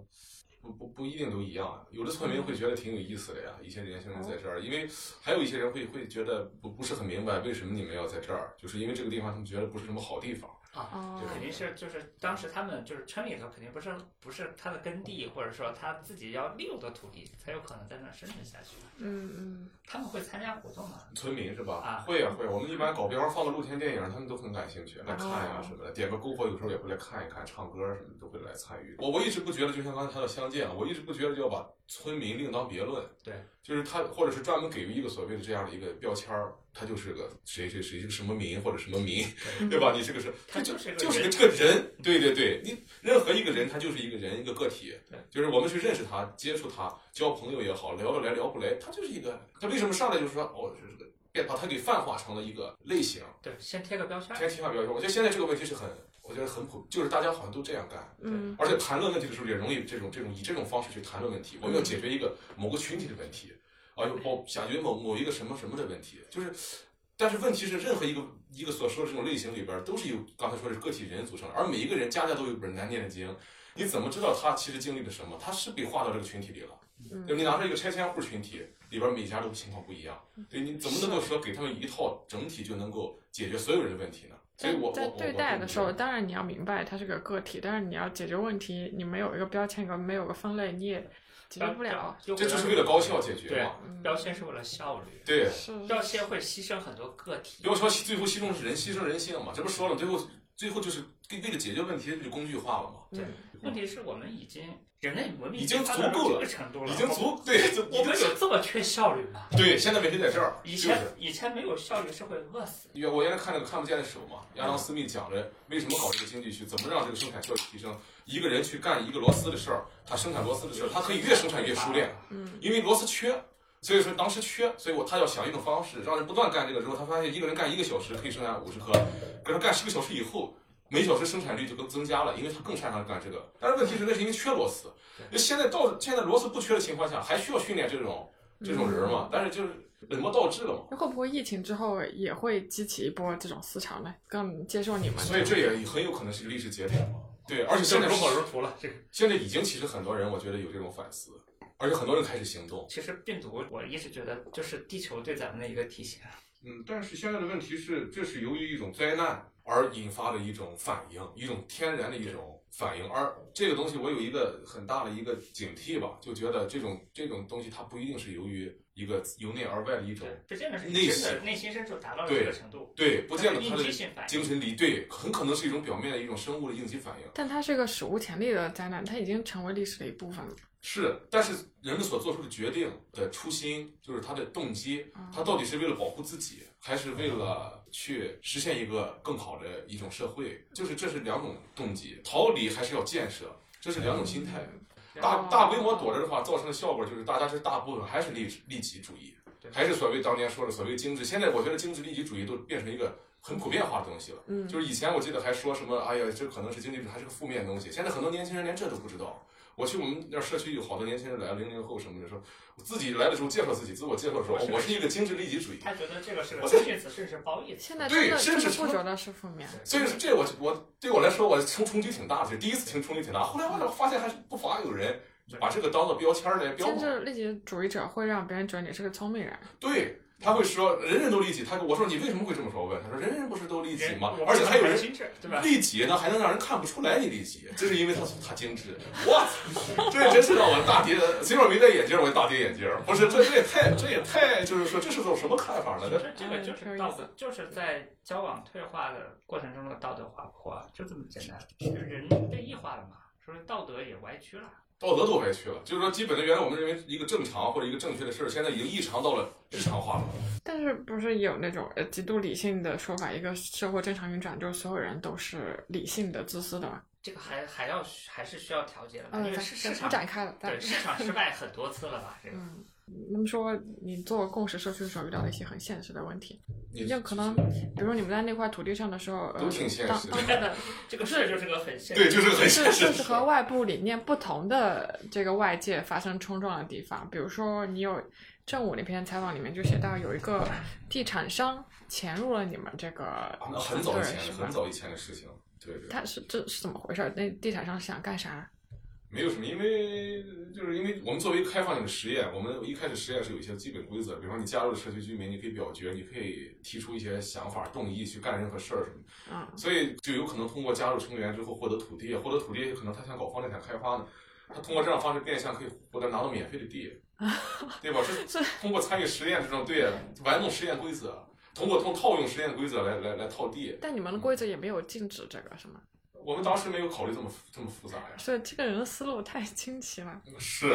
B: 不不不一定都一样。啊有的村民会觉得挺有意思的呀，一些年轻人在这儿，因为还有一些人会会觉得不不是很明白为什么你们要在这儿，就是因为这个地方他们觉得不是什么好地方。
C: 啊。
A: 哦
B: 对
C: 肯定是就是当时他们就是村里头肯定不是不是他的耕地，或者说他自己要利用的土地，才有可能在那儿生存下去。
A: 嗯嗯，
C: 他们会参加活动嘛？
B: 村民是
C: 啊
B: 吧？会呀会呀，我们一般搞，比方说放个露天电影，他们都很感兴趣，来看呀
A: 哦
B: 什么的。点个篝火，有时候也会来看一看，唱歌什么的都会来参与。我我一直不觉得，就像刚才谈到相见啊，我一直不觉得就要把村民另当别论。
C: 对，
B: 就是他，或者是专门给予一个所谓的这样的一个标签儿，他就是个谁谁谁是个什么民或者什么民，对吧？你是个什，
C: 他
B: 就
C: 就是个
B: 就是个
C: 人
B: 这个人，对对对，你任何一个人他就是一个人一个个体
C: 对，
B: 就是我们去认识他、接触他、交朋友也好，聊得来聊不来，他就是一个，他为什么上来就是说哦，这是个，变把他给泛化成了一个类型，
C: 对，先贴个标签儿。
B: 先提下标签。我觉得现在这个问题是很，我觉得很普，就是大家好像都这样干。
A: 嗯
B: 而且谈论问题的时候也容易这种这种以这种方式去谈论问题。我们要解决一个某个群体的问题，啊，有某解决某某一个什么什么的问题，就是，但是问题是任何一个一个所说的这种类型里边儿都是由刚才说的是个体人组成的，而每一个人家家都有本难念的经，你怎么知道他其实经历了什么？他是被划到这个群体里了。
A: 嗯
B: 就是你拿出一个拆迁户群体，里边每家都情况不一样，
A: 嗯
B: 对你怎么能够说给他们一套整体就能够解决所有人的问题呢？所以
A: 在
B: 我我
A: 在
B: 我
A: 对
B: 我
A: 待
B: 我
A: 的时候，当然你要明白它是个个体，但是你要解决问题，你没有一个标签，没有个分类，你也解决不了。
C: 这
B: 这就是为了高效解决嘛？
A: 嗯
C: 标签是为了效率，
B: 对，
A: 是
C: 标签会牺牲很多个体
B: 不。要说最后牺牲是人，牺牲人性嘛，这不说了，最后最后就是为为了解决问题就工具化了嘛，
C: 对
A: 嗯，
C: 问题是我们已经人类文明
B: 已经
C: 发展到
B: 足够了
C: 这个程度了，
B: 已经足对，就
C: 我
B: 已
C: 们
B: 经
C: 有这么缺效率吗？
B: 对，现在问题在这儿，
C: 以
B: 就是
C: 前。以前没有效率是会饿死的。
B: 因为我原来看那个《看不见的手》嘛，亚当·斯密讲的为什么搞这个经济学，怎么让这个生产效率提升。一个人去干一个螺丝的事儿，他生产螺丝的事儿，他可以越生产越熟练，
A: 嗯
B: 因为螺丝缺，所以说当时缺，所以我他要想一种方式，让人不断干这个之后，他发现一个人干一个小时可以生产五十颗，可是干十个小时以后，每小时生产率就更增加了，因为他更擅长干这个。但是问题是，那是因为缺螺丝，就现在到现在螺丝不缺的情况下，还需要训练这种这种人嘛？但是就是本末倒置了嘛。
A: 那会不会疫情之后也会激起一波这种思潮呢？更接受你们？
B: 所以这也很有可能是个历史节点嘛。对，而且嗯现在
C: 如火如荼了，这个
B: 现在已经其实很多人我觉得有这种反思，而且很多人开始行动。
C: 其实病毒，我一直觉得就是地球对咱们的一个提醒。
B: 嗯，但是现在的问题是，这是由于一种灾难而引发的一种反应，一种天然的一种反应。而这个东西，我有一个很大的一个警惕吧，就觉得这种这种东西它不一定是由于一个由内而外的一种
C: 对，不见得是
B: 内
C: 真的
B: 心
C: 内心深处达到了
B: 对
C: 这个程度，
B: 对，不见得
C: 应
B: 它的
C: 激性反应
B: 精。神离对，很可能是一种表面的一种生物的应激反应。
A: 但它是个史无前例的灾难，它已经成为历史的一部分了。
B: 是，但是人们所做出的决定的初心，就是他的动机，他到底是为了保护自己，还是为了去实现一个更好的一种社会？就是这是两种动机，逃离还是要建设，这是两种心态。大大规模躲着的话，造成的效果就是大家是大部分还是利利己主义
C: 对，
B: 还是所谓当年说的所谓精致。现在我觉得精致利己主义都变成一个很普遍化的东西了。
A: 嗯
B: 就是以前我记得还说什么，哎呀，这可能是经济还是个负面东西。现在很多年轻人连这都不知道。我去我们那儿社区有好多年轻人来，零零后什么的说，我自己来的时候介绍自己，自我介绍的时候，
C: 我
B: 哦
C: 是
B: 我是一个精致利己主义。
C: 他觉得这个是个
B: 我
C: 中性词，甚至是褒义词
A: 现。在
B: 对
A: 真的
B: 甚
A: 真
B: 至
A: 的
B: 成
A: 不
B: 了
A: 觉得是负面，
B: 所以说这我我对我来说，我冲冲击挺大的，第一次听冲击挺大。后来我发现还是不乏有人把这个当做标签儿来标
A: 甚
B: 榜。
A: 至利己主义者会让别人觉得你是个聪明人。
B: 对，他会说人人都利己。他跟我说你为什么会这么说？我问他说人人不是都利己
C: 人
B: 吗
C: 我？
B: 而且还有
C: 很
B: 人
C: 精致，对吧？
B: 利己呢，还能让人看不出来你利己，就是因为他他精致。我操，这真是让我大跌。虽然我没戴眼镜，我也大跌眼镜。不是，这这也太这也太就是说这是种什么看法呢？
C: 其
B: 这
C: 实这个就
A: 哎挺有
C: 是
A: 意
C: 道
A: 思
C: 德，就是在交往退化的过程中的道德滑坡，就这么简单。就是人被异化了嘛，所以道德也歪曲了。
B: 道德都歪曲了。就是说，基本的原来我们认为一个正常或者一个正确的事儿，现在已经异常到了日常化了。
A: 但是不是有那种呃极度理性的说法？一个社会正常运转，就是所有人都是理性的、自私的嘛？
C: 这个还还要还是需要调节的嘛，
A: 嗯，
B: 呃
C: 因为
A: 咱
C: 市市
A: 咱不
B: 啊
C: 场
A: 展开了。咱
C: 对市场失败很多次了吧？这个
A: 嗯，那么说你做共识社区的时候遇到了一些很现实的问题，
B: 你啊
A: 有可能，比如说你们在那块土地上的时候，呃
B: 都挺现实的
A: 当当地的
C: 这个事就是个很现
B: 对，就是很
A: 是
B: 现实
A: 就。是和外部理念不同的这个外界发生冲撞的地方。比如说，你有正午那篇采访里面就写到，有一个地产商潜入了你们这个
B: 哦那很早以前
A: 团队是
B: 的，
A: 吧
B: 很早以前的事情。对对。
A: 他是这是怎么回事？那地产商是想干啥？
B: 没有什么，因为就是因为我们作为一个开放性的实验，我们一开始实验是有一些基本规则，比如说你加入了社区居民，你可以表决，你可以提出一些想法、动议去干任何事儿什么的，
A: 嗯，
B: 所以就有可能通过加入成员之后获得土地，获得土地可能他想搞房地产开发呢，他通过这样的方式变相可以获得拿到免费的地，对吧？是通过参与实验这种对玩弄实验规则，通过通套用实验规则来来来套地，
A: 但你们的规则也没有禁止这个，是吗？
B: 我们当时没有考虑这么这么复杂呀，
A: 所以这个人的思路太清奇了，
B: 是。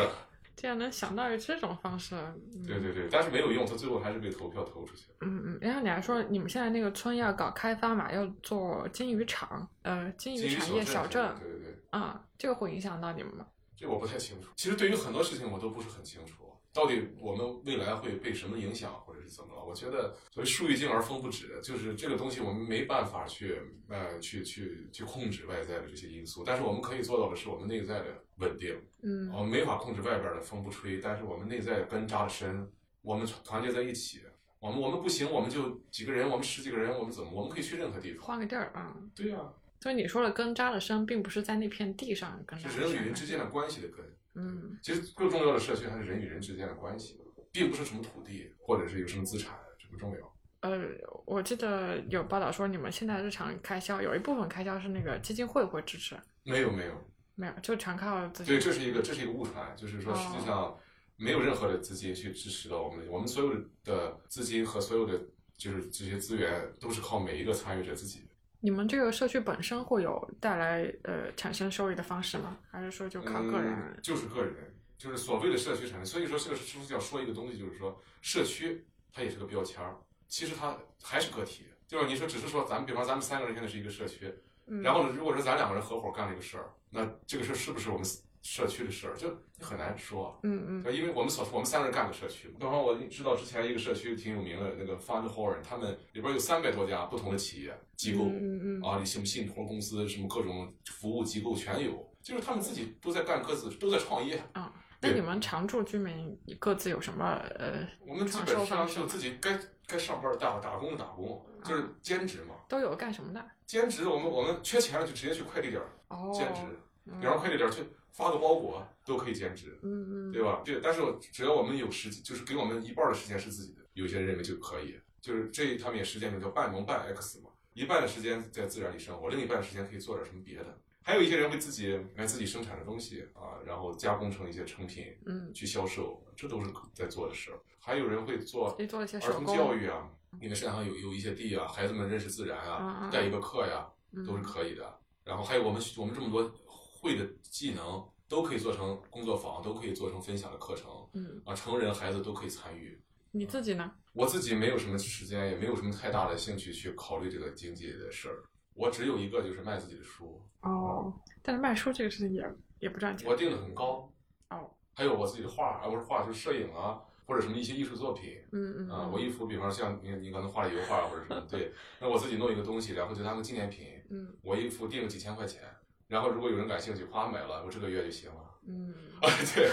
A: 竟然能想到有这种方式。嗯、
B: 对对对，但是没有用，他最后还是被投票投出去了。
A: 嗯嗯，然后你还说你们现在那个村要搞开发嘛，要做金鱼场，呃，金鱼产业小镇
B: 对对对，
A: 啊、这个会影响到你们吗？
B: 这我不太清楚。其实对于很多事情我都不是很清楚，到底我们未来会被什么影响，或者是怎么了？我觉得所谓树欲静而风不止，就是这个东西我们没办法去呃去去去控制外在的这些因素，但是我们可以做到的是我们内在的稳定。
A: 嗯
B: 我们没法控制外边的风不吹，但是我们内在根扎得深，我们团结在一起。我们我们不行，我们就几个人，我们十几个人，我们怎么？我们可以去任何地方。
A: 换个地儿啊、嗯，
B: 对呀、
A: 所以你说的根扎的深，并不是在那片地上根扎
B: 是
A: 的
B: 人与人
A: 深
B: 之间的关系的根。
A: 嗯
B: 其实更重要的社区还是人与人之间的关系，并不是什么土地或者是有什么资产，这不重要。
A: 呃，我记得有报道说你们现在日常开销有一部分开销是那个基金会会支持，
B: 没有没有，
A: 没有就全靠自己。
B: 对，这是一个这是一个误传，就是说
A: 哦
B: 实际上没有任何的资金去支持到我们，我们所有的资金和所有的就是这些资源都是靠每一个参与者自己。
A: 你们这个社区本身会有带来呃产生收益的方式吗？还是说就靠个人？
B: 嗯就是个人，就是所谓的社区产生。所以说，这个是不是要说一个东西，就是说社区它也是个标签儿，其实它还是个体。就是你说，只是说咱们，比方咱们三个人现在是一个社区，
A: 嗯
B: 然后呢，如果说咱两个人合伙干了一个事儿，那这个事儿是不是我们社区的事儿，就你很难说。
A: 嗯嗯
B: 因为我们所我们三个人干个社区，刚好我知道之前一个社区挺有名的那个 Fund Horn，他们里边有三百多家不同的企业机构，
A: 嗯嗯嗯
B: 啊，你信不信托公司什么各种服务机构全有，就是他们自己都在干各自都在创业。
A: 啊。那你们常住居民各自有什么呃
B: 我们基本上就自己该该上班打打工的打工，
A: 啊
B: 就是兼职嘛。
A: 都有干什么的？
B: 兼职我们我们缺钱了就直接去快递点儿
A: 哦，
B: 兼职，
A: 嗯
B: 比方快递点儿去发个包裹都可以兼职，
A: 嗯嗯，
B: 对吧？对，但是我只要我们有时间，就是给我们一半儿的时间是自己的，有些人认为就可以，就是这他们也实践了叫半农半 X 嘛，一半的时间在自然里生活，另一半的时间可以做点什么别的。还有一些人会自己买自己生产的东西啊，然后加工成一些成品
A: 嗯，
B: 去销售，这都是在做的事儿。还有人会做
A: 自己做一些
B: 儿
A: 手
B: 童
A: 工
B: 教育啊，你们身上有有一些地啊，孩子们认识自然
A: 嗯
B: 啊
A: 嗯，
B: 带一个课呀，
A: 嗯
B: 都是可以的。然后还有我们我们这么多会的技能，都可以做成工作坊，都可以做成分享的课程
A: 嗯，
B: 啊，成人孩子都可以参与。
A: 你自己呢？
B: 我自己没有什么时间，也没有什么太大的兴趣去考虑这个经济的事儿。我只有一个，就是卖自己的书，
A: 哦，但是卖书这个事情也也不赚钱
B: 我定的很高。
A: 哦，
B: 还有我自己的画，啊，不是画，就是摄影啊，或者什么一些艺术作品。
A: 嗯嗯
B: 啊，我一幅，比方像你你可能画的油画啊或者什么， 对，那我自己弄一个东西，然后就当个纪念品，
A: 嗯
B: 我一幅定个几千块钱，然后如果有人感兴趣，花买了，我这个月就行了。
A: 嗯，
B: 啊， 对，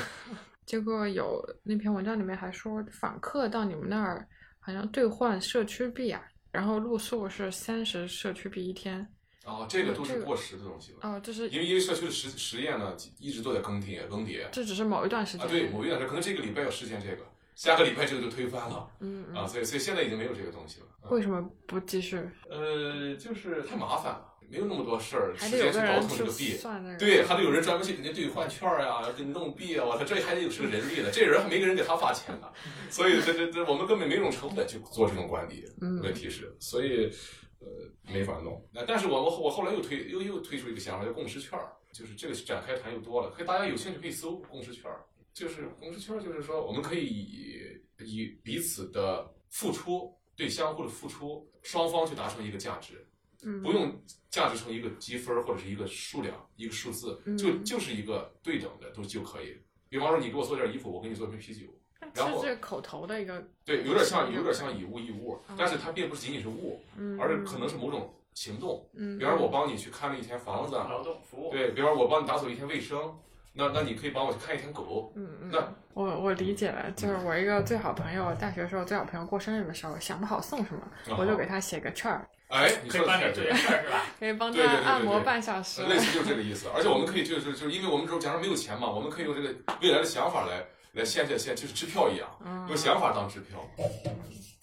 A: 结果有那篇文章里面还说，访客到你们那儿好像兑换社区币啊，然后露宿是三十社区币一天。
B: 啊，这
A: 嗯
B: 个都是过时的东西了，
A: 哦，就是
B: 因为因为社区的实实验呢，一直都在更迭更迭
A: 这只是某一段时
B: 啊，
A: 间。
B: 对，某一段时间可能这个礼拜要实现这个，下个礼拜这个就推翻了
A: 嗯嗯。
B: 啊，所以所以现在已经没有这个东西了。
A: 为什么不继续？
B: 呃，就是太麻烦了，没有那么多事儿，
A: 还
B: 时
A: 得有
B: 间去
A: 个
B: 倒
A: 人
B: 腾这
A: 去
B: 个币。
A: 算这个。
B: 对，还得有人专门去给人家兑换券儿呀、给你弄币啊！我操，这还得有是个人力的，这人还没个人给他发钱呢，所以这这这我们根本没这种成本去做这种管理。
A: 嗯
B: 问题是，所以呃没法弄。那但是我我我后来又推又又推出一个想法叫共识券儿，就是这个展开谈又多了，可以大家有兴趣可以搜共识券儿，就是共识券儿就是说我们可以以以彼此的付出对相互的付出，双方去达成一个价值。
A: 嗯
B: 不用价值成一个积分儿或者是一个数量、一个数字，
A: 嗯
B: 就就是一个对等的都就可以。比方说，你给我做件衣服，我给你做瓶啤酒，然
A: 这
B: 后
A: 是口头的一个，
B: 对，有点像有点像以物易物
A: 嗯，
B: 但是它并不是仅仅是物，
A: 嗯，
B: 而是可能是某种行动。
A: 嗯，
B: 比方说，我帮你去看了一天房子，
C: 劳动服务，
B: 对，比方说我帮你打扫一天卫生，那那你可以帮我去看一天狗，
A: 嗯嗯，
B: 那
A: 我我理解了，就是我一个最好朋友，大学时候最好朋友过生日的时候，想不好送什么，
B: 啊
A: 我就给他写个券儿，
B: 哎，你
C: 可
B: 说
C: 以
B: 的
C: 帮
B: 太
C: 你
B: 对
C: 做
B: 了
C: 件。事儿是吧？
A: 可以帮他
B: 对对对对
A: 按摩
B: 对
A: 半小时。
B: 类似就是这个意思。而且我们可以就是就是，因为我们这假如没有钱嘛，我们可以用这个未来的想法来来现在现就是支票一样，
A: 嗯
B: 用想法当支票。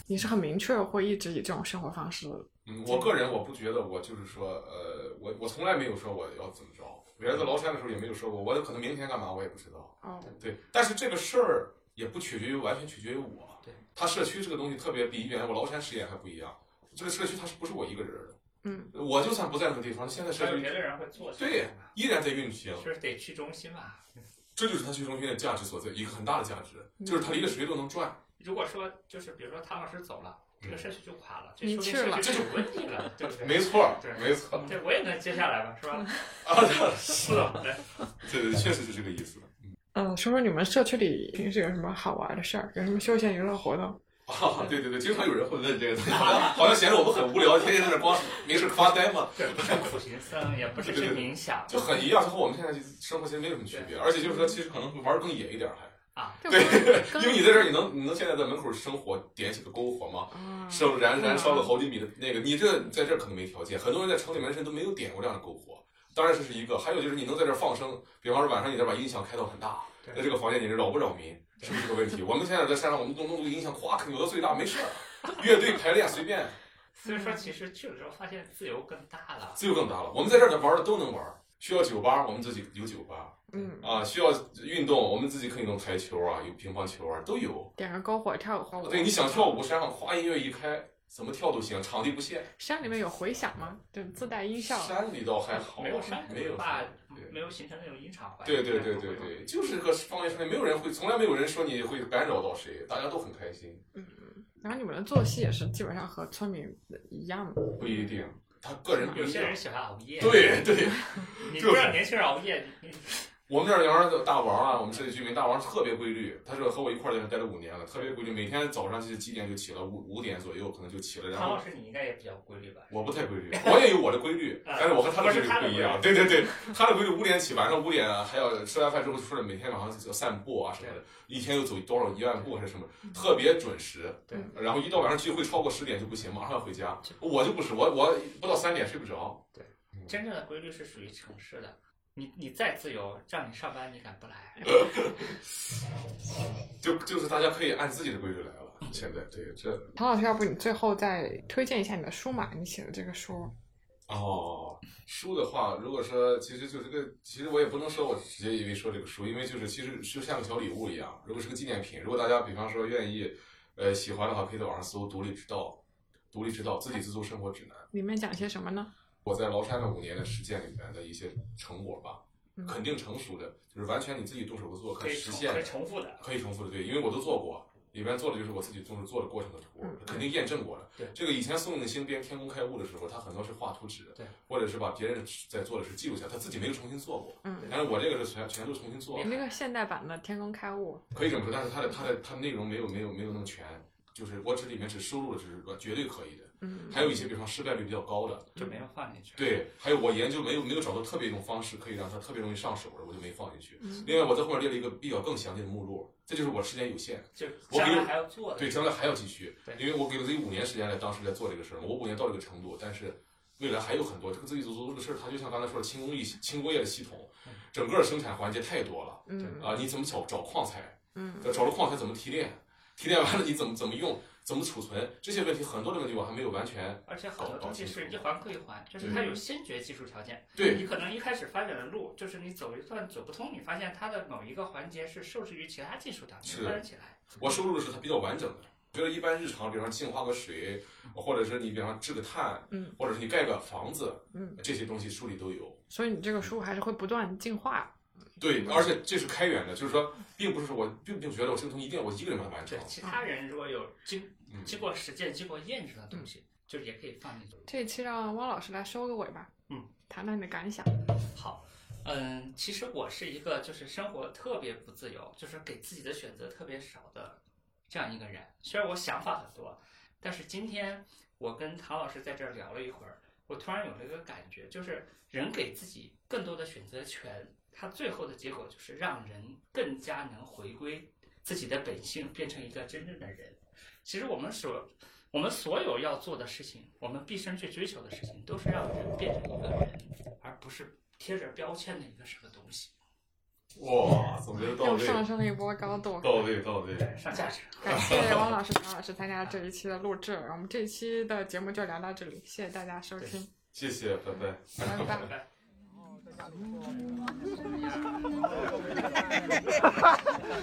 A: 你是很明确会一直以这种生活方式，
B: 嗯，我个人我不觉得我就是说，呃，我我从来没有说我要怎么着。原来在崂山的时候也没有说过，我有可能明天干嘛我也不知道。
A: 哦，
B: 对，但是这个事儿也不取决于完全取决于我。
C: 对，
B: 它社区这个东西特别比原来我崂山实验还不一样。这个社区它是不是我一个人的？
A: 嗯，
B: 我 就算不在那个地方，现在社
C: 还有
B: 区
C: 别的人会做这个
B: 对
C: 事吧
B: 依然在运行。
C: 就是得去中心嘛。
B: 这就是它去中心的价值所在，一个很大的价值，就是它离了谁都能赚。
C: 如果说就是比如说汤老师走了，这个社区就垮了，这
A: 你
C: 说明
A: 去了
C: 社区就有问题 了，对不对？
B: 嗯没错儿
C: 对，
B: 没错儿，
C: 对，我也能接下来吧，是
A: 嗯
C: 吧？ 是啊的，对
B: 对对，确实是这个意思。
A: 嗯，说说你们社区里平时有什么好玩的事儿，有什么休闲娱乐活动？
B: 啊， 对对对，经常有人会问这个，好像好像显得我们很无聊，天天在那光没事发呆嘛，
C: 这不是苦行僧，也不只是冥想，啊
B: 就很一样。它和我们现在生活其实没有什么区别，而且就是说，其实可能会玩儿更野一点儿还。
C: 啊，
B: 对，因为你在这儿，你能你能现在在门口生火，点起个篝火 吗？
A: 啊，
B: 烧燃燃烧了好几米的那个，你这在这儿可能没条件，很多人在城里门深都没有点过这样的篝火。当然这是一个，还有就是你能在这儿放声，比方说晚上你再把音响开到很大，
C: 对
B: 那这个房间你是扰不扰民，是不是这个问题？我们现在在山上，我们弄弄个音响，咵，可到最大，没事儿，乐队排练随便，
C: 所以说，其实去了之后发现自由更大了。
B: 自由更大了。我们在这儿玩的都能玩，需要酒吧，我们自己有酒吧
A: 嗯，
B: 啊；需要运动，我们自己可以弄台球啊，有乒乓球啊，都有。
A: 点个篝火跳个火舞。
B: 对，你想跳舞，山上咵音乐一开，怎么跳都行，场地不限。
A: 山里面有回响吗？就自带音效。
B: 山里倒还好，啊
C: 没有山
B: 没有
C: 谷吧
B: 山，谷对
C: 没有形成那种音场环境。
B: 对对对
C: 不会
B: 对
C: 有
B: 对，就是个方言说，没有人会，从来没有人说你会干扰到谁，大家都很开心。
A: 然后你们的作息也是基本上和村民一样的。
B: 不一定，他个人不
C: 有
B: 一
C: 些
B: 样
C: 人。喜欢熬夜，
B: 对对，
C: 你
B: 这
C: 不让年轻人熬夜，你你
B: 我们这儿原来的大王啊，我们这里居民大王特别规律，他是和我一块儿在这待了五年了，特别规律，每天早上就是几点就起了，五五点左右可能就起了，然
C: 唐
B: 后
C: 老师你应该也比较规律吧？
B: 我不太规 律，我也有我的规律，
C: 啊
B: 但是我和他的规律不一样。
C: 不
B: 对对对，他的规律五点起，晚上五点啊还要吃完饭之后出来，每天晚上就散步啊什么的，一天又走多少一万步还是什么，特别准时。
C: 对
B: 然后一到晚上聚会超过十点就不行，马上要回家。我就不是，我我不到三点睡不着。
C: 真正的规律是属于城市的，你你再自由，让你上班你敢不来？
B: 就就是大家可以按自己的规律来了。现在对这
A: 唐老师，要不你最后再推荐一下你的书嘛？你写的这个书，
B: 哦，书的话，如果说其实就是个，其实我也不能说我直接因为说这个书，因为就是其实就像个小礼物一样，如果是个纪念品，如果大家比方说愿意，呃喜欢的话，可以在网上搜《独立之道》，《独立之道：自给自足生活指南》，
A: 里面讲些什么呢？
B: 我在崂山的五年的实践里面的一些成果吧
A: 嗯，
B: 肯定成熟的，就是完全你自己动手做可
C: 可
B: 以
C: 以
B: 实
C: 重
B: 现
C: 可
B: 的嗯
C: 以，重复的，
B: 可以重复的，对，因为我都做过，里面做的就是我自己动手做的过程的图
A: 嗯，
B: 肯定验证过了。
C: 对
B: 这个以前宋永兴编《天工开物》的时候，他很多是画图纸，
C: 对，
B: 或者是把别人在做的事记录下，他自己没有重新做过。
A: 嗯，
B: 但是我这个是全全都重新做
A: 你，哎那个现代版的《天工开物》，
B: 可以这么说，但是他的他的他的内容没有没有没有那么全，就是我只里面只收录了，只是说绝对可以的，
A: 嗯，
B: 还有一些比方失败率比较高的，
C: 就没有放进去。，
B: 对，还有我研究没有没有找到特别一种方式可以让它特别容易上手的，我就没放进去。
A: 嗯
B: 另外我在后面列了一个比较更详细的目录，这就是我时间有限，
C: 就是
B: 我
C: 将
B: 给
C: 来
B: 你
C: 还要做的。
B: 对，将来还要继续
C: 对，
B: 因为我给了自己五年时间来，当时来做这个事儿，我五年到这个程度，但是未来还有很多这个自给自足的事儿，它就像刚才说的轻工艺、轻工业的系统，整个生产环节太多了
A: 嗯
B: 啊！你怎么找找矿材？
A: 嗯
B: 找了矿材怎么提炼？提炼完了你怎么怎么用？怎么储存？这些问题很多的问题我还没有完全
C: 而且很多东西是一环扣一环，就是
B: 对
C: 它有先决技术条件。
B: 对
A: 嗯
C: 你可能一开始发展的路，就是你走一段走不通，你发现它的某一个环节是受制于其他技术的，你
B: 是
C: 发展起来。
B: 我收录的是它比较完整的。觉得一般日常，比方净化个水，或者是你比方制个碳，
A: 嗯，
B: 或者是你盖个房子，
A: 嗯，
B: 这些东西书里都有。
A: 所以你这个书还是会不断进化。
B: 对，而且这是开源的，就是说，并不是说我并并不觉得我这个东西一定要我一个人把它完成
C: 对，。其他人如果有经
B: 嗯，
C: 经过实践、经过验证的东西，就也可以放进去。
A: 这一期让汪老师来收个尾吧，
C: 嗯，
A: 谈谈你的感想。
C: 好，嗯，其实我是一个就是生活特别不自由，就是给自己的选择特别少的这样一个人。虽然我想法很多，但是今天我跟唐老师在这儿聊了一会儿，我突然有了一个感觉，就是人给自己更多的选择权，它最后的结果就是让人更加能回归自己的本性，变成一个真正的人。其实我们所我们所有要做的事情，我们毕生去追求的事情，都是让人变成一个人，而不是贴着标签的一个什么东西。
B: 哇，总结得到
A: 又
B: 位，
A: 上升了一波高度。
B: 到位，到位。
C: 对，上价值。
A: 感谢汪老师、唐老师参加这一期的录制，我们这一期的节目就聊到这里，谢谢大家收听，
B: 谢谢，拜拜。
A: 拜拜。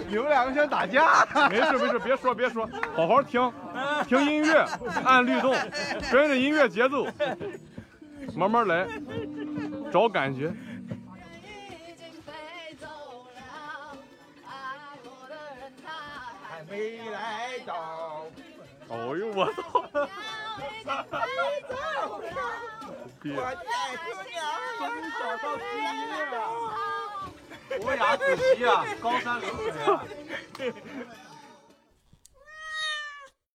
D: 你们两个想打架？没事没事，别说别说，好好听，听音乐，按律动，跟着音乐节奏，慢慢来，找感觉。
F: 已经飞走了，爱我的人他还
G: 没来到。
D: 哦呦我 操！
F: 已经飞走了，
D: 别
G: 我啊在姑
D: 哎
G: 娘，
F: 我们找到知音了。
G: 伯牙子期啊，高山流水啊。